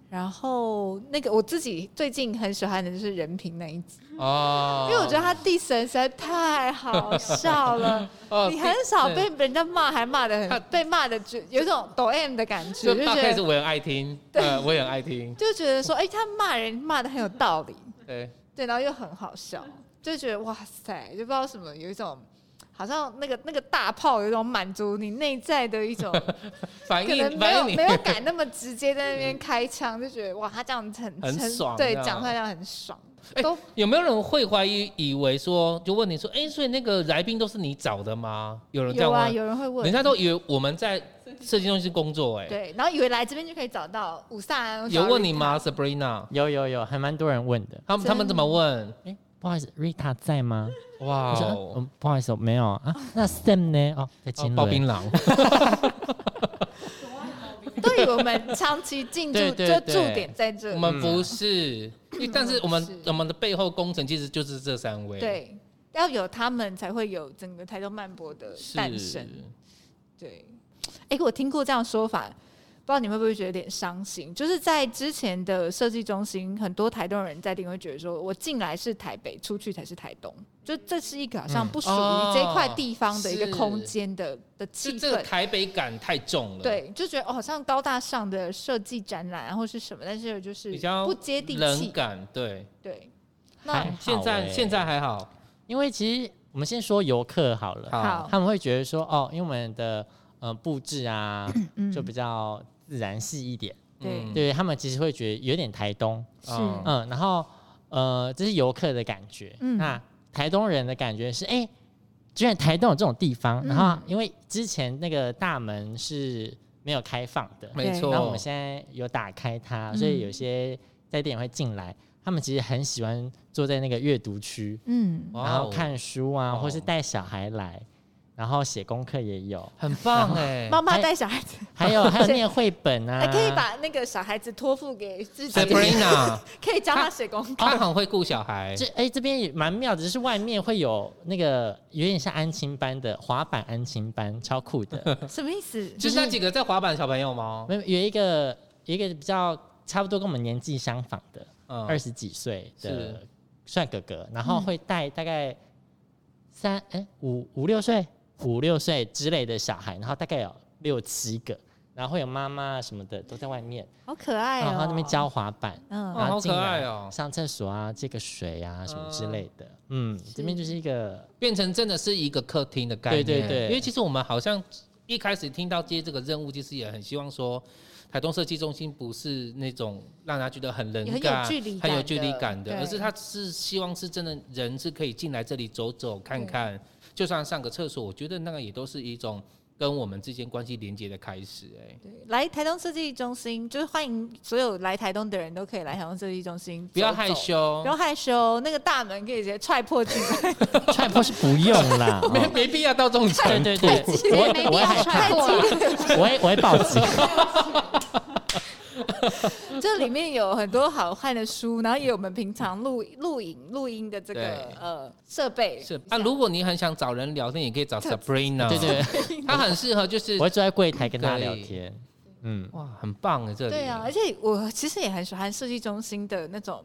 S2: 然后那个我自己最近很喜欢的就是人品那一集，
S3: 哦
S2: 因为我觉得他地神实在太好笑了，
S3: 哦
S2: 你很少
S3: 对
S2: 被人家骂，还骂的
S3: 他
S2: 很被骂的就有一种抖 M 的 感觉，
S3: 就
S2: 就
S3: 大
S2: 觉
S3: 概是
S2: 得
S3: 我很 爱听，呃，我也很爱听，
S2: 就觉得说，哎，他骂人骂的很有道理，
S3: 对，
S2: 对，然后又很好笑，就觉得哇塞，就不知道什么，有一种好像那个那个大炮有一种满足你内在的 一种，
S3: 反
S2: 可
S3: 应
S2: 能没
S3: 哎反
S2: 有
S3: 应你
S2: 没有敢那么直接在那边开枪，就觉得哇，他这样子很
S3: 很爽
S2: 对
S3: 这，样
S2: 讲出来这样很爽。
S3: 哎
S2: 都
S3: 有没有人会怀疑以为说，就问你说，哎、所以那个来宾都是你找的吗？有人这
S2: 有
S3: 样
S2: 啊，
S3: 问，
S2: 有人会问，
S3: 人家都以为我们在设计中心工作、哎，
S2: 对，然后以为来这边就可以找到五三，
S3: 有问你吗，Sabrina？
S6: 有有有，还蛮多人问的。
S3: 他们他们怎么问？
S6: 哎、不好意思，Rita 在吗？
S3: 哇
S6: 我说
S3: 哦
S6: 嗯，不好意思，我没有啊。那 Sam 呢？哦，在
S3: 哦
S6: 金
S3: 刨
S6: 轮。
S3: 槟榔，
S2: 对我们长期进 驻
S6: 对对
S2: 就
S6: 对
S2: 驻点在这
S3: 我
S2: 里，
S3: 们不是，因为但是我
S2: 嗯是
S3: 们我们的背后工程其实就是这三位，，
S2: 对，要有他们才会有整个台中漫博的诞生。
S3: 是。
S2: 对，哎、我听过这样说法，不知道你们会不会觉得有点伤心？就是在之前的设计中心，很多台东人在定会觉得说，我进来是台北，出去才是台东，就这是一个好像不属于这块地方的一个
S3: 是
S2: 空间的、的气
S3: 是嗯哦这个
S2: 氛。
S3: 台北感太重了，，
S2: 对，就觉得哦，好像高大上的设计展览啊或是什么，但是就是
S3: 比较
S2: 不接地
S3: 冷
S2: 气。
S3: 感对。
S2: 对，
S6: 还
S2: 那
S6: 好
S3: 现在
S6: 欸
S3: 现在还好，
S6: 因为其实我们先说游客好了，
S2: 好
S6: 他们会觉得说哦，因为我们的呃布置啊
S2: 嗯
S6: 就比较自然系一点，
S2: 对
S3: 嗯
S6: 对他们其实会觉得有点台东，
S2: 是
S3: 嗯
S6: 嗯，然后呃这是游客的感觉，
S2: 嗯
S6: 那台东人的感觉是哎、居然台东有这种地方，
S2: 嗯
S6: 然后因为之前那个大门是没有开放的，
S3: 没错。
S6: 那我们现在有打开
S2: 嗯
S6: 它，所以有些在店会进来，他们其实很喜欢坐在那个阅读区，
S2: 嗯，
S3: 哇哦
S6: 然后看书啊，
S3: 哦
S6: 或是带小孩来，然后写功课也有，
S3: 很棒哎，
S2: 妈妈
S6: 还
S2: 带小孩 子，
S6: 还有还有
S2: 对
S6: 念绘 本啊，
S2: 还哎可以把那个小孩子托付给自己，
S3: Sabrina，
S2: 可以教他写功课。
S3: 她很会顾小孩
S6: 这，哎、这边也蛮妙的，只是外面会有那个有点像安亲班的滑板安亲班，超酷 的。
S2: 什么意思？
S3: 就是那几个在滑板的小朋友吗？
S6: 没有有一个有一个比较差不多跟我们年纪相仿的，
S3: 嗯
S6: 二十几岁的
S3: 是
S6: 算哥哥，然后会带大概三哎、五五六岁五六岁之类的小孩，然后大概有六七个，然后会有妈妈什么的都在外面，
S2: 好可爱哦、
S6: 然后那边教滑板，
S2: 嗯
S6: 然
S3: 好
S6: 后进
S3: 可
S6: 来
S3: 爱哦
S6: 上厕所啊，借个水啊什么之
S3: 嗯
S6: 类的，嗯，这边就是一个
S3: 变成真的是一个客厅的概念，
S6: 对对对
S3: 因为其实我们好像一开始听到接这个任务，其实也很希望说。台东设计中心不是那种让人家觉得很冷感、
S2: 很有距离感的
S3: 很有距离感的，
S2: 对
S3: 而是他是希望是真的人是可以进来这里走走看看，就算上个厕所，我觉得那个也都是一种跟我们之间关系连接的开始、哎，
S2: 对来台东设计中心，就是欢迎所有来台东的人都可以来台东设计中心走走，
S3: 不要害羞
S2: 不，要害羞，那个大门可以直接踹破进来，
S6: 踹破是不用啦，哦
S3: 没没必要到这种程
S6: 对
S3: 度。
S6: 对对，我
S4: 也
S6: 会
S4: 没
S6: 我
S4: 必
S6: 会
S4: 要
S6: 害
S4: 穿
S6: 怕，
S4: 过了，
S6: 我会我会报警，
S2: 这里面有很多好看的书，然后也有我们平常录录影录音的这个
S3: 对
S2: 呃设备。
S3: 是啊，如果你很想找人聊天，也可以找 Sabrina，
S6: 对对，对
S3: 她很适合就是
S6: 我会坐在柜台跟大家聊天。嗯，
S3: 哇，很棒哎，这里
S2: 对啊，而且我其实也很喜欢设计中心的那种，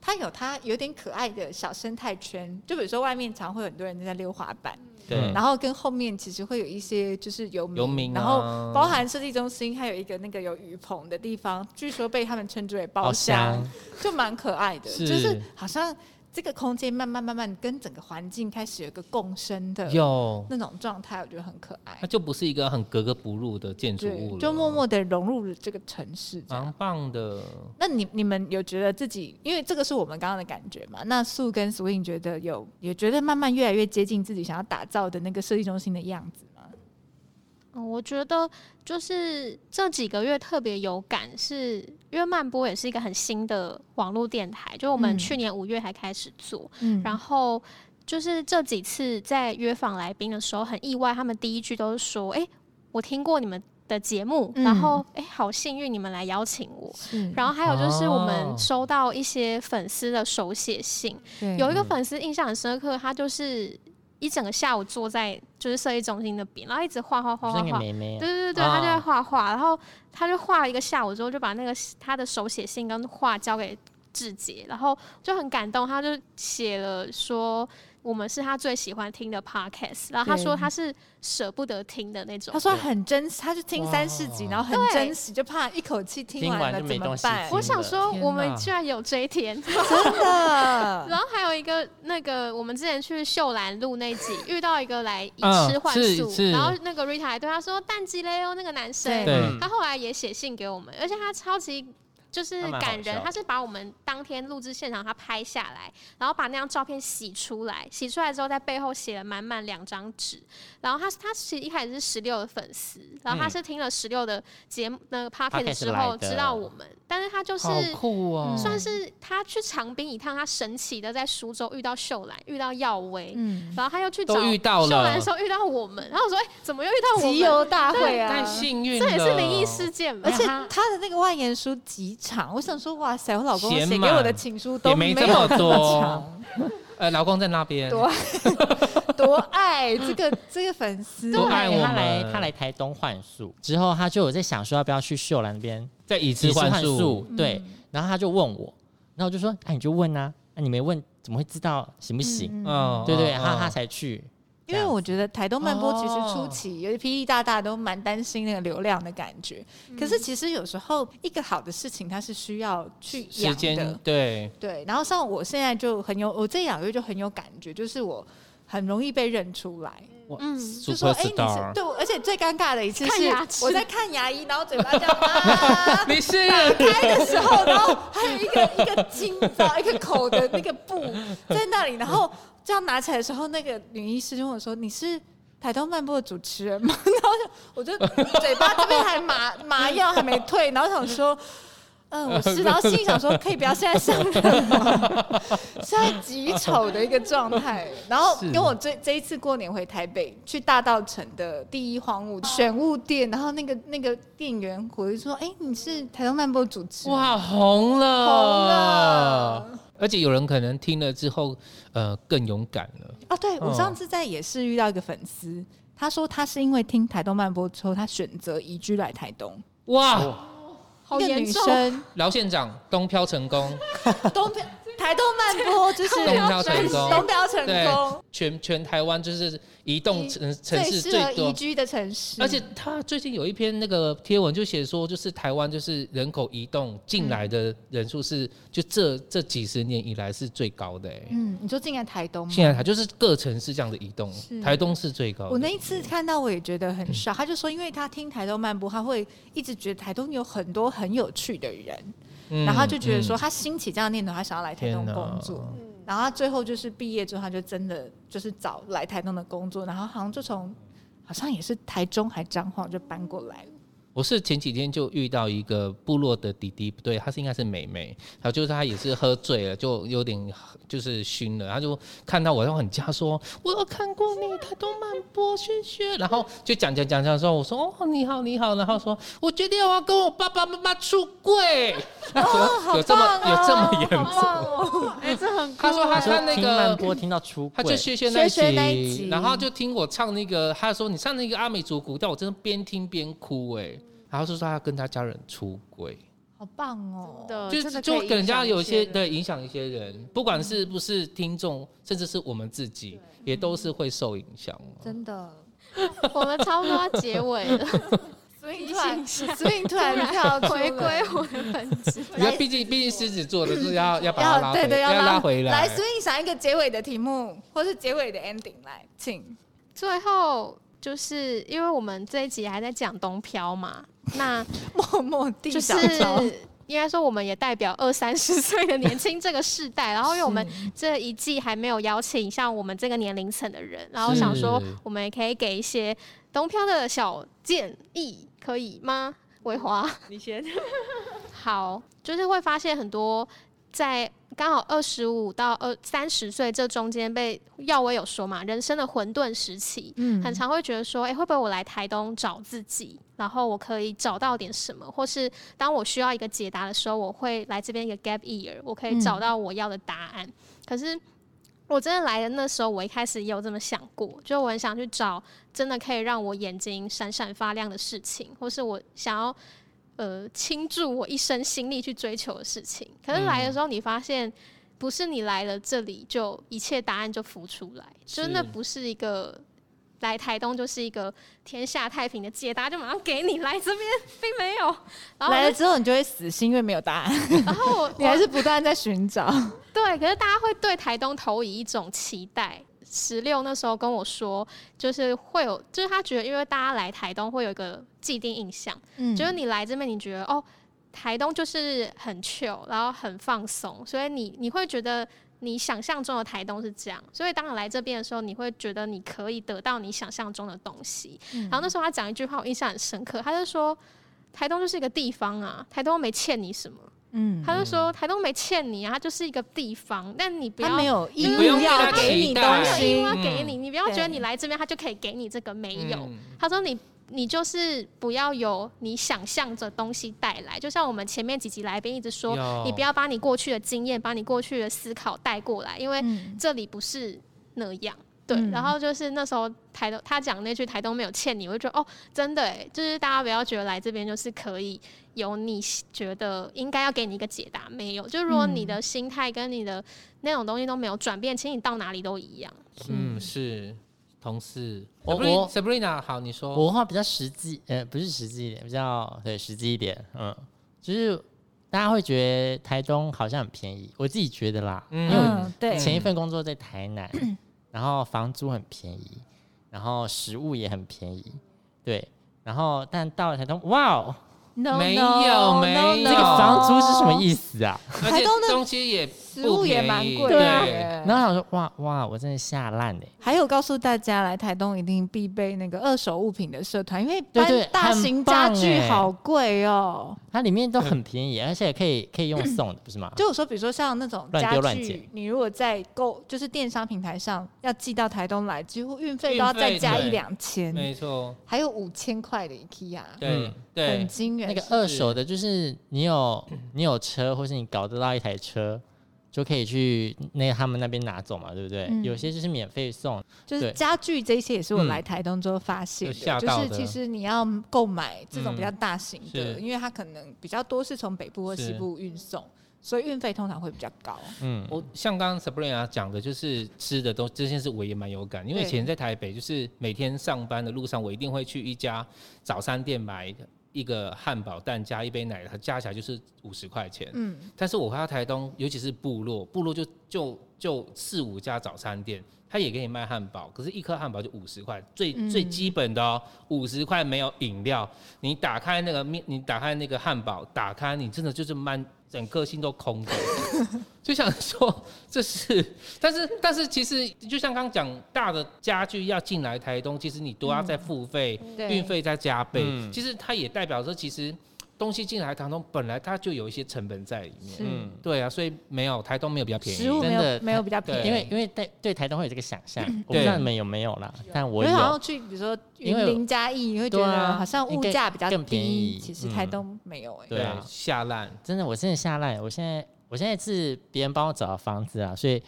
S2: 它有它有点可爱的小生态圈，就比如说外面常会有很多人在溜滑板，
S3: 对
S2: 然后跟后面其实会有一些就是游民，
S3: 嗯游民啊
S2: 然后包含设计中心还有一个那个有雨棚的地方，据说被他们称之为包
S6: 好
S2: 厢，
S6: 香，
S2: 就蛮可爱的，
S3: 是
S2: 就是好像这个空间慢慢慢慢跟整个环境开始有一个共生的
S3: 有，
S2: 那种状态，我觉得很可爱
S3: 它。就不是一个很格格不入的建筑物
S2: 哎对，
S3: 了，
S2: 就默默的融入了这个城市这样
S3: 蛮棒的。
S2: 那你你们有觉得自己，因为这个是我们刚刚的感觉嘛？那素跟 Swing 觉得有，也觉得慢慢越来越接近自己想要打造的那个设计中心的样子吗？
S4: 嗯，我觉得就是这几个月特别有感是，因为曼波也是一个很新的网络电台，就我们
S2: 嗯
S4: 去年五月才开始做，
S2: 嗯
S4: 然后就是这几次在约访来宾的时候，很意外，他们第一句都是说：“哎、我听过你们的节目，
S2: 嗯
S4: 然后哎、诶好幸运你们来邀请我。”
S2: 是
S4: 然后还有就是我
S3: 哦
S4: 们收到一些粉丝的手写信，
S2: 对
S4: 有一个
S3: 嗯
S4: 粉丝印象很深刻，他就是一整个下午坐在就是设计中心那边，然后一直画画画
S6: 是
S4: 画
S6: 那个
S4: 画。
S6: 妹妹
S4: 对
S6: 啊，
S4: 对对，
S3: 哦
S4: 他就在画画，然后他就画了一个下午之后，就把那个他的手写信跟画交给志杰，然后就很感动，他就写了说我们是他最喜欢听的 podcast，然后他
S2: 对
S4: 说他是舍不得听的那种
S2: 他，说很珍惜，他就听
S3: 哇
S2: 三四集，然后很珍惜，就怕一口气听
S6: 听完
S2: 了怎
S6: 就没
S2: 么
S6: 东西
S2: 办？
S6: 听
S4: 我想说
S3: 天
S4: 我们
S3: 哪
S4: 居然有这一天。
S2: 真的，
S4: 然后还有一个那个，我们之前去秀兰路那集遇到一个来以
S6: 嗯
S4: 吃换
S6: 是
S4: 素，
S6: 是
S4: 然后那个 Rita 还对他说“蛋鸡嘞哦”，那个男生，
S2: 对
S6: 嗯
S4: 他后来也写信给我们，而且他超级就是
S6: 他蛮好
S4: 感人
S6: 笑，
S4: 他是把我们当天录制现场他拍下来，然后把那张照片洗出来，洗出来之后在背后写了满满两张纸，然后他他其实一开始是十六的粉丝，然后他
S6: 嗯
S4: 是听了十六的节目那个 podcast
S6: podcast
S4: 之
S6: 来
S4: 后
S6: 的
S4: 知道我们，但是他就是
S3: 好酷哦、
S2: 嗯
S4: 算是他去长滨一趟，他神奇的在苏州遇到秀兰，遇到耀威，
S2: 嗯，
S4: 然后他又去找
S3: 都遇到了
S4: 秀兰的时候遇到我们，然后我说哎、怎么又遇到我
S2: 集
S4: 们？
S2: 邮大会啊
S3: 太！幸运
S4: 这
S3: 了，
S4: 也是灵异事件吧，
S2: 而且他的那个外言书极长，我想说，哇塞，我老公
S3: 写
S2: 写给
S3: 满
S2: 我的情书都
S3: 也没
S2: 有
S3: 这么多
S2: 长
S3: 呃，老公在那边，
S2: 多多爱这个这个粉丝，
S6: 多
S3: 对
S6: 爱
S3: 我
S6: 他来
S3: 们
S6: 他来台东换宿之后，他就有在想说要不要去秀兰那边
S3: 在以次
S6: 换
S3: 换数，
S6: 对，然后他就问我，然后我就说，哎、你就问啊，啊你没问怎么会知道行不行？
S2: 嗯
S3: 嗯，
S6: 对对，
S3: 嗯
S6: 他他
S3: 嗯
S6: 才去，
S2: 因为我觉得台东漫波其实初
S3: 哦
S2: 期，尤其霹雳大大都蛮担心那个流量的感觉。可
S3: 嗯
S2: 是其实有时候一个好的事情，它是需要去
S3: 时
S2: 养
S3: 间
S2: 的。
S3: 对，
S2: 对，然后像我现在就很有，我这两个月就很有感觉，就是我很容易被认出来。
S4: 嗯，
S2: 就说哎、你是
S3: Superstar
S2: 对，而且最尴尬的一次
S4: 看
S2: 是
S4: 牙齿
S2: 我在看牙医，然后嘴巴这 样啊
S3: 你是
S2: 开的时候，然后还有一个一个筋，你知道一个口的那个布在那里，然后这样拿起来的时候，那个女医师就问我说：“你是台东漫步的主持人吗？”然后我就我就嘴巴这边还麻麻药还没退，然后想说。嗯，我是，然后心里想说，可以不要现在上任吗？ 现在极丑的一个状态。然后
S3: 是
S2: 因为我哦这这一次过年回台北，去大道城的第一荒芜选物店，然后那个那个店员回说：“哎、你是台东漫步主持人？”
S3: 哇，红了，
S2: 红了。
S3: 而且有人可能听了之后，呃，更勇敢了。
S2: 啊，对我
S3: 嗯
S2: 上次在也是遇到一个粉丝，他说他是因为听台东漫播之后，他选择移居来台东。
S3: 哇，
S4: 好
S2: 一个
S4: 严
S2: 女
S4: 重，
S2: 生
S3: 饶县长东漂成功，
S2: 东漂台东漫播就是
S3: 东漂成功
S2: 东漂成功，
S3: 全全台湾就是移动城城
S2: 最
S3: 市
S2: 适合
S3: 最
S2: 宜
S3: 多。
S2: 居的嗯城市。
S3: 而且他最近有一篇那个贴文就写说，就是台湾就是人口移动
S2: 嗯
S3: 进来的人数是就这这几十年以来是最高的、欸。
S2: 嗯，你说进来台东吗？
S3: 现在它就是各城市这样的移动
S2: 是，
S3: 台东是最高
S2: 我那
S3: 的。嗯
S2: 一次看到，我也觉得很少。他就说，因为他听台东漫播，他会一直觉得台东有很多很有趣的人，
S3: 嗯
S2: 然后他就觉得说，
S3: 嗯
S2: 他兴起这样的念头，他想要来台
S3: 天
S2: 东
S3: 哪
S2: 工作。然后他最后就是毕业之后，他就真的就是找来台东的工作，然后好像就从好像也是台中还彰化就搬过来了。
S3: 我是前几天就遇到一个部落的弟弟，不对，他是应该是妹妹，然后就是他也是喝醉了，就有点就是醺了，他就看到我，然后很加说，我有看过你，他都漫波轩轩，然后就讲讲讲讲说，我说哦你好你好，然后说我决定我要跟我爸爸妈妈出柜， 有这么有这么严重？
S2: 哦
S5: 哎、这很
S3: 他说他
S6: 说
S3: 看那
S6: 听曼
S3: 个。
S6: 波听到出
S3: 他就
S6: 轨，
S3: 谢谢那一
S2: 薛薛那一
S3: 集，
S2: 集
S3: 然后就听我唱那个，他说你唱那个阿美族鼓，但我真的边听边哭哎、然后就说他跟他家人出轨，
S2: 好棒哦！
S5: 真的，
S3: 就
S5: 这
S3: 是
S5: 个
S3: 就
S5: 可以
S3: 给人
S5: 影
S3: 家
S5: 响
S3: 有
S5: 一
S3: 一些
S5: 人
S3: 对影响一些人，不管是不是听众，甚至是我们自己，也都是会受影响。
S2: 真的，
S4: 我们差不多要结尾了，
S5: 所
S4: 提
S5: 以
S4: 醒
S5: 突然
S4: 一下，
S5: 所以突然跳出
S4: 回归
S5: 来
S4: 我的本质。
S3: 因为毕竟毕竟狮子座的就是要要把它拉
S2: 要
S3: 回
S2: 对对
S3: 要
S2: 拉
S3: 回来。
S2: 来，所以想一个结尾的题目，或是结尾的 ending 来，请。
S4: 最后就是因为我们这一集还在讲东漂嘛，那
S2: 默默地
S4: 就是
S2: 小招，
S4: 应该说我们也代表二三十岁的年轻这个世代，然后因为我们这一季还没有邀请像我们这个年龄层的人，然后想说
S3: 是
S4: 我们也可以给一些东漂的小建议，可以吗？维华，
S5: 你先，
S4: 好，就是会发现很多在刚好二十五到二三十岁这中间被耀威有说嘛，人生的混沌时期，
S2: 嗯
S4: 很常会觉得说，哎、会不会我来台东找自己，然后我可以找到点什么，或是当我需要一个解答的时候，我会来这边一个 gap year，我可以找到我要的答案。可是我真的来的那时候，我一开始也有这么想过，就我很想去找真的可以让我眼睛闪闪发亮的事情，或是我想要呃倾注我一生心力去追求的事情。可是来的时候，你发现。不是你来了这里就一切答案就浮出来，真的
S3: 是
S4: 不是一个来台东就是一个天下太平的解答，就马上给你来这边，并没有。 然后
S2: 来
S4: 我
S2: 了
S4: 就
S2: 之后你就会死心，因为没有答案，
S4: 然 后我
S2: 你还是不断在寻找。
S4: 对，可是大家会对台东投以一种期待。十六那时候跟我说，就是会有，就是他觉得，因为大家来台东会有一个既定印象，
S2: 嗯
S4: 就是你来这边，你觉得哦，台东就是很 chill，然后很放松，所以你你会觉得你想象中的台东是这样，所以当你来这边的时候，你会觉得你可以得到你想象中的东西。然后那时候他讲一句话，我印象很深刻，他就说。台东就是一个地方啊，台东没欠你什么。
S2: 嗯，
S4: 他就说台东没欠你啊，它就是一个地方，但你不要
S2: 他没有义
S3: 不用
S2: 务
S3: 为他
S2: 要给
S3: 期
S2: 你
S3: 待
S2: 东
S4: 没有义啊
S2: 西
S4: 务，要
S3: 嗯
S4: 给你，你不要觉
S2: 对
S4: 得你来这边他就可以给你这个没有。
S3: 嗯
S4: 他说你你就是不要有你想象着东西带来，就像我们前面几集来宾一直说，
S3: 有
S4: 你不要把你过去的经验、把你过去的思考带过来，因为
S2: 嗯
S4: 这里不是那样。对，
S2: 嗯
S4: 然后就是那时候台东他讲那句台东没有欠你，我就觉得哦，真的哎，就是大家不要觉得来这边就是可以有你觉得应该要给你一个解答，没有，就如果你的心态跟你的那种东西都没有转变，其实你到哪里都一样。
S3: 嗯是同事。
S6: 我
S3: Sabrina-
S6: 我
S3: Sabrina 好，你说
S6: 我的话比较实际，呃，不是实际一点，比较对实际一点，嗯，就是大家会觉得台东好像很便宜，我自己觉得啦，
S3: 嗯
S6: 因为
S2: 嗯
S6: 我，
S2: 对，
S6: 前一份工作在台 南，然后房租很便宜，然后食物也很便宜，对，然后但到了台东，哇哦，
S2: No,
S3: 没
S2: no,
S3: 有
S2: no,
S3: 没
S2: no
S3: 有
S6: 这个房租是什么意思啊？
S3: 而
S2: 台
S3: 且
S2: 东的
S3: 东西也
S2: 食物也蛮贵的
S3: 对
S2: 耶，
S6: 然后想说，哇哇，我真的吓烂欸嘞，
S2: 还有告诉大家，来台东一定必备那个二手物品的社团，因为
S6: 对
S2: 搬
S6: 对
S2: 大
S6: 很
S2: 型家
S6: 棒
S2: 具
S6: 哎
S2: 好贵哦、
S6: 它里面都很便宜，而且可以可以用送的，不是吗？
S2: 就我说，比如说像那种
S6: 乱
S2: 家
S6: 丢乱
S2: 具
S6: 捡，
S2: 你如果在购就是电商平台上要寄到台东来，几乎运费都要
S3: 运费
S2: 再加
S3: 对
S2: 一两千，
S3: 没错，
S2: 还有五千块的 IKEA，
S3: 对
S6: 嗯
S2: 很
S3: 对，
S2: 惊人。
S6: 那个二手的，就是你有 你有车，或是你搞得到一台车，就可以去那个他们那边拿走嘛，对不对？
S2: 嗯
S6: 有些就是免费送，
S2: 就是
S6: 对
S2: 家具这些也是我
S3: 嗯
S2: 来台东之后发现
S3: 就吓
S2: 的，就
S3: 到
S2: 是
S3: 的
S2: 其实你要购买这种
S3: 嗯
S2: 比较大型的，
S3: 是
S2: 因为它可能比较多是从北部或
S3: 是
S2: 西部运送，所以运费通常会比较高。
S6: 嗯，
S3: 我像刚刚 Sabrina 讲的，就是吃的都这件事我也蛮有感，因为以
S2: 对
S3: 前在台北，就是每天上班的路上，我一定会去一家早餐店买一个汉堡蛋加一杯奶茶，加起来就是五十块钱。
S2: 嗯，
S3: 但是我回到台东，尤其是部落，部落就就就四五家早餐店，他也给你卖汉堡，可是一颗汉堡就五十块，最、
S2: 嗯
S3: 最基本的哦，五十块没有饮料。你打开那个面，你打开那个汉堡，打开你真的就是满整颗心都空的，就想说这是，但是但是其实就像刚讲，大的家具要进来台东，其实你都要再付费，
S2: 对
S3: 运费再加倍，
S6: 嗯
S3: 其实它也代表着其实。东西进来台东本来它就有一些成本在里面，
S2: 是
S6: 嗯
S3: 对啊，所以没有台东没有比较便宜，
S2: 食物没
S6: 真
S2: 有
S6: 的
S2: 没有比较便
S3: 对
S2: 宜，
S6: 因为因为对对台东会有这个想象，我不知道你们有没有啦，但我
S2: 因为好
S6: 有
S2: 像。去比如说
S6: 因
S2: 云
S6: 为
S2: 林嘉义，你会觉
S6: 对
S2: 得
S6: 啊
S2: 好像物
S6: 应该
S2: 价比较
S6: 更便
S2: 低，
S6: 宜
S2: 其实台
S6: 嗯
S2: 东没有哎。
S3: 对
S6: 对
S3: 啊
S6: 啊，
S3: 下烂
S6: 真的，我真的下烂。我现在我现在是别人帮我找的房子啊，所以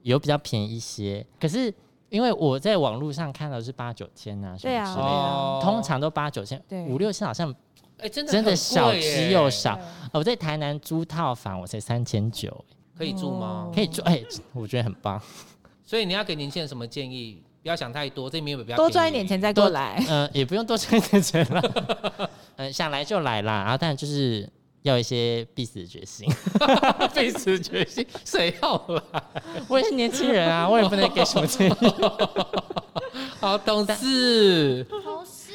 S6: 有比较便宜一些。可是因为我在网络上看到是八九千啊，什
S2: 对
S6: 么
S2: 啊
S6: 之类的，
S2: 哦
S6: 通常都八九千
S2: 对，
S6: 五六千好像
S3: 哎、真的
S6: 真的
S3: 很
S6: 少
S3: 贵耶
S6: 之又少。呃我在台南租套房，我才三千九，
S3: 可以住
S5: 哦
S3: 吗？
S6: 可以住，哎、我觉得很棒。
S3: 所以你要给年轻人什么建议？不要想太多，这面有比较
S2: 多赚一点
S3: 便宜。
S2: 钱再过来。
S6: 呃，也不用多赚一点钱了， 嗯、想来就来啦。然后，但就是要一些必死的决心。
S3: 费时决心，谁要啦？
S6: 我也是年轻人 啊，我也不能给什么建议。
S3: 好，同事
S4: 同事，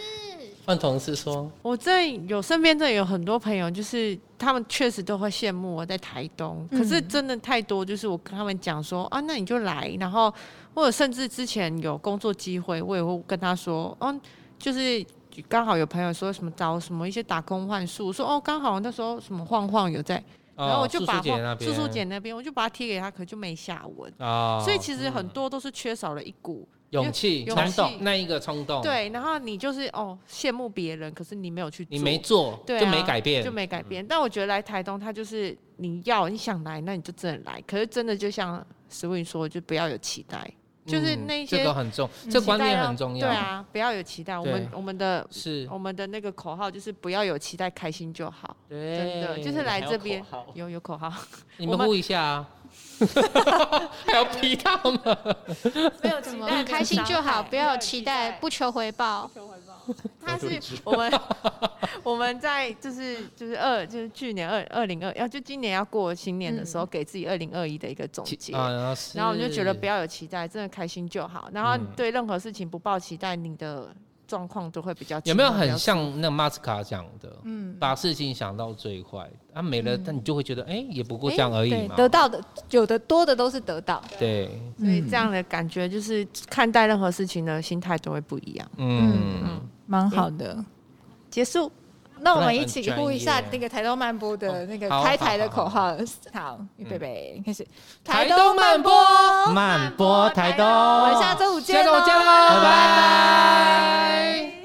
S3: 换同事说，
S5: 我这有身边这有很多朋友，就是他们确实都会羡慕我在台东，可是
S2: 嗯
S5: 真的太多，就是我跟他们讲说啊，那你就来，然后或者甚至之前有工作机会，我也会跟他说，嗯、就是。刚好有朋友说什么找什么一些打工换宿，我说哦，刚好那时候什么晃晃有在，然后我就
S3: 哦素
S5: 把
S3: 素姐那
S5: 晃
S3: 边，
S5: 叔叔姐那边，我就把它贴给他，可就没下文。
S3: 啊，
S5: 所以其实很多都是缺少了一股、
S3: 勇气、
S5: 勇
S3: 冲
S5: 气
S3: 动，那一个冲动，，
S5: 对，然后你就是哦羡慕别人，可是你没有去做，
S3: 你没做，
S5: 对啊
S3: 就没改变，
S5: 就没改
S3: 嗯
S5: 变。但我觉得来台东，它就是你要你想来，那你就真的来。可是真的就像石文说，就不要有期待，就是
S3: 嗯
S5: 那些
S3: 这个很重，这观
S5: 期待
S3: 念
S5: 要
S3: 很重要，
S5: 对，啊，哦不要有期待。我们
S3: 对
S5: 我们的
S3: 是，
S5: 我们的那个口号就是不要有期待，开心就好。
S3: 真
S5: 真的就是来这边有有 口号，
S3: 你们
S5: 我们
S3: 呼一下啊， 还 要逼他们，
S5: 没有期
S4: 嗯，开心就好，不要有期待，不求回报。
S5: 他是我 们我们在就是就是二就是去年二二零二要就今年要过新年的时候，给自己二零二一的一个总结。
S3: 嗯啊，然后
S5: 然后我就觉得不
S3: 要
S5: 要有期待，真的开心就好。然后
S3: 嗯
S5: 对任何事情不抱期待，你的状况都会比较
S3: 有没有
S5: 轻松比
S3: 很
S5: 较
S3: 像那马斯卡讲的，
S2: 嗯，
S3: 把事情想到最坏，啊没了，
S2: 嗯
S3: 但你就会觉得，哎，也不过
S2: 哎
S3: 这样而已
S2: 对
S3: 嘛，
S2: 得到的有的多的都是得到，
S3: 对，
S5: 所以
S2: 嗯
S5: 这样的感觉就是看待任何事情的心态都会不一样。
S3: 嗯
S5: 嗯。
S2: 蛮好的。
S5: 结束，
S2: 那我
S3: 不然
S2: 们一
S3: 很
S2: 起
S3: 专
S2: 呼一下
S3: 业
S2: 那个台东漫播的那个
S3: 哦好
S2: 开台的
S3: 好
S2: 口
S3: 好
S2: 号。好，预备
S3: 嗯
S2: 备，开始。
S3: 台东慢播
S6: 慢播台东，
S2: 我们下周五见
S3: 下周
S2: 喽，
S3: 见喽拜
S2: 拜拜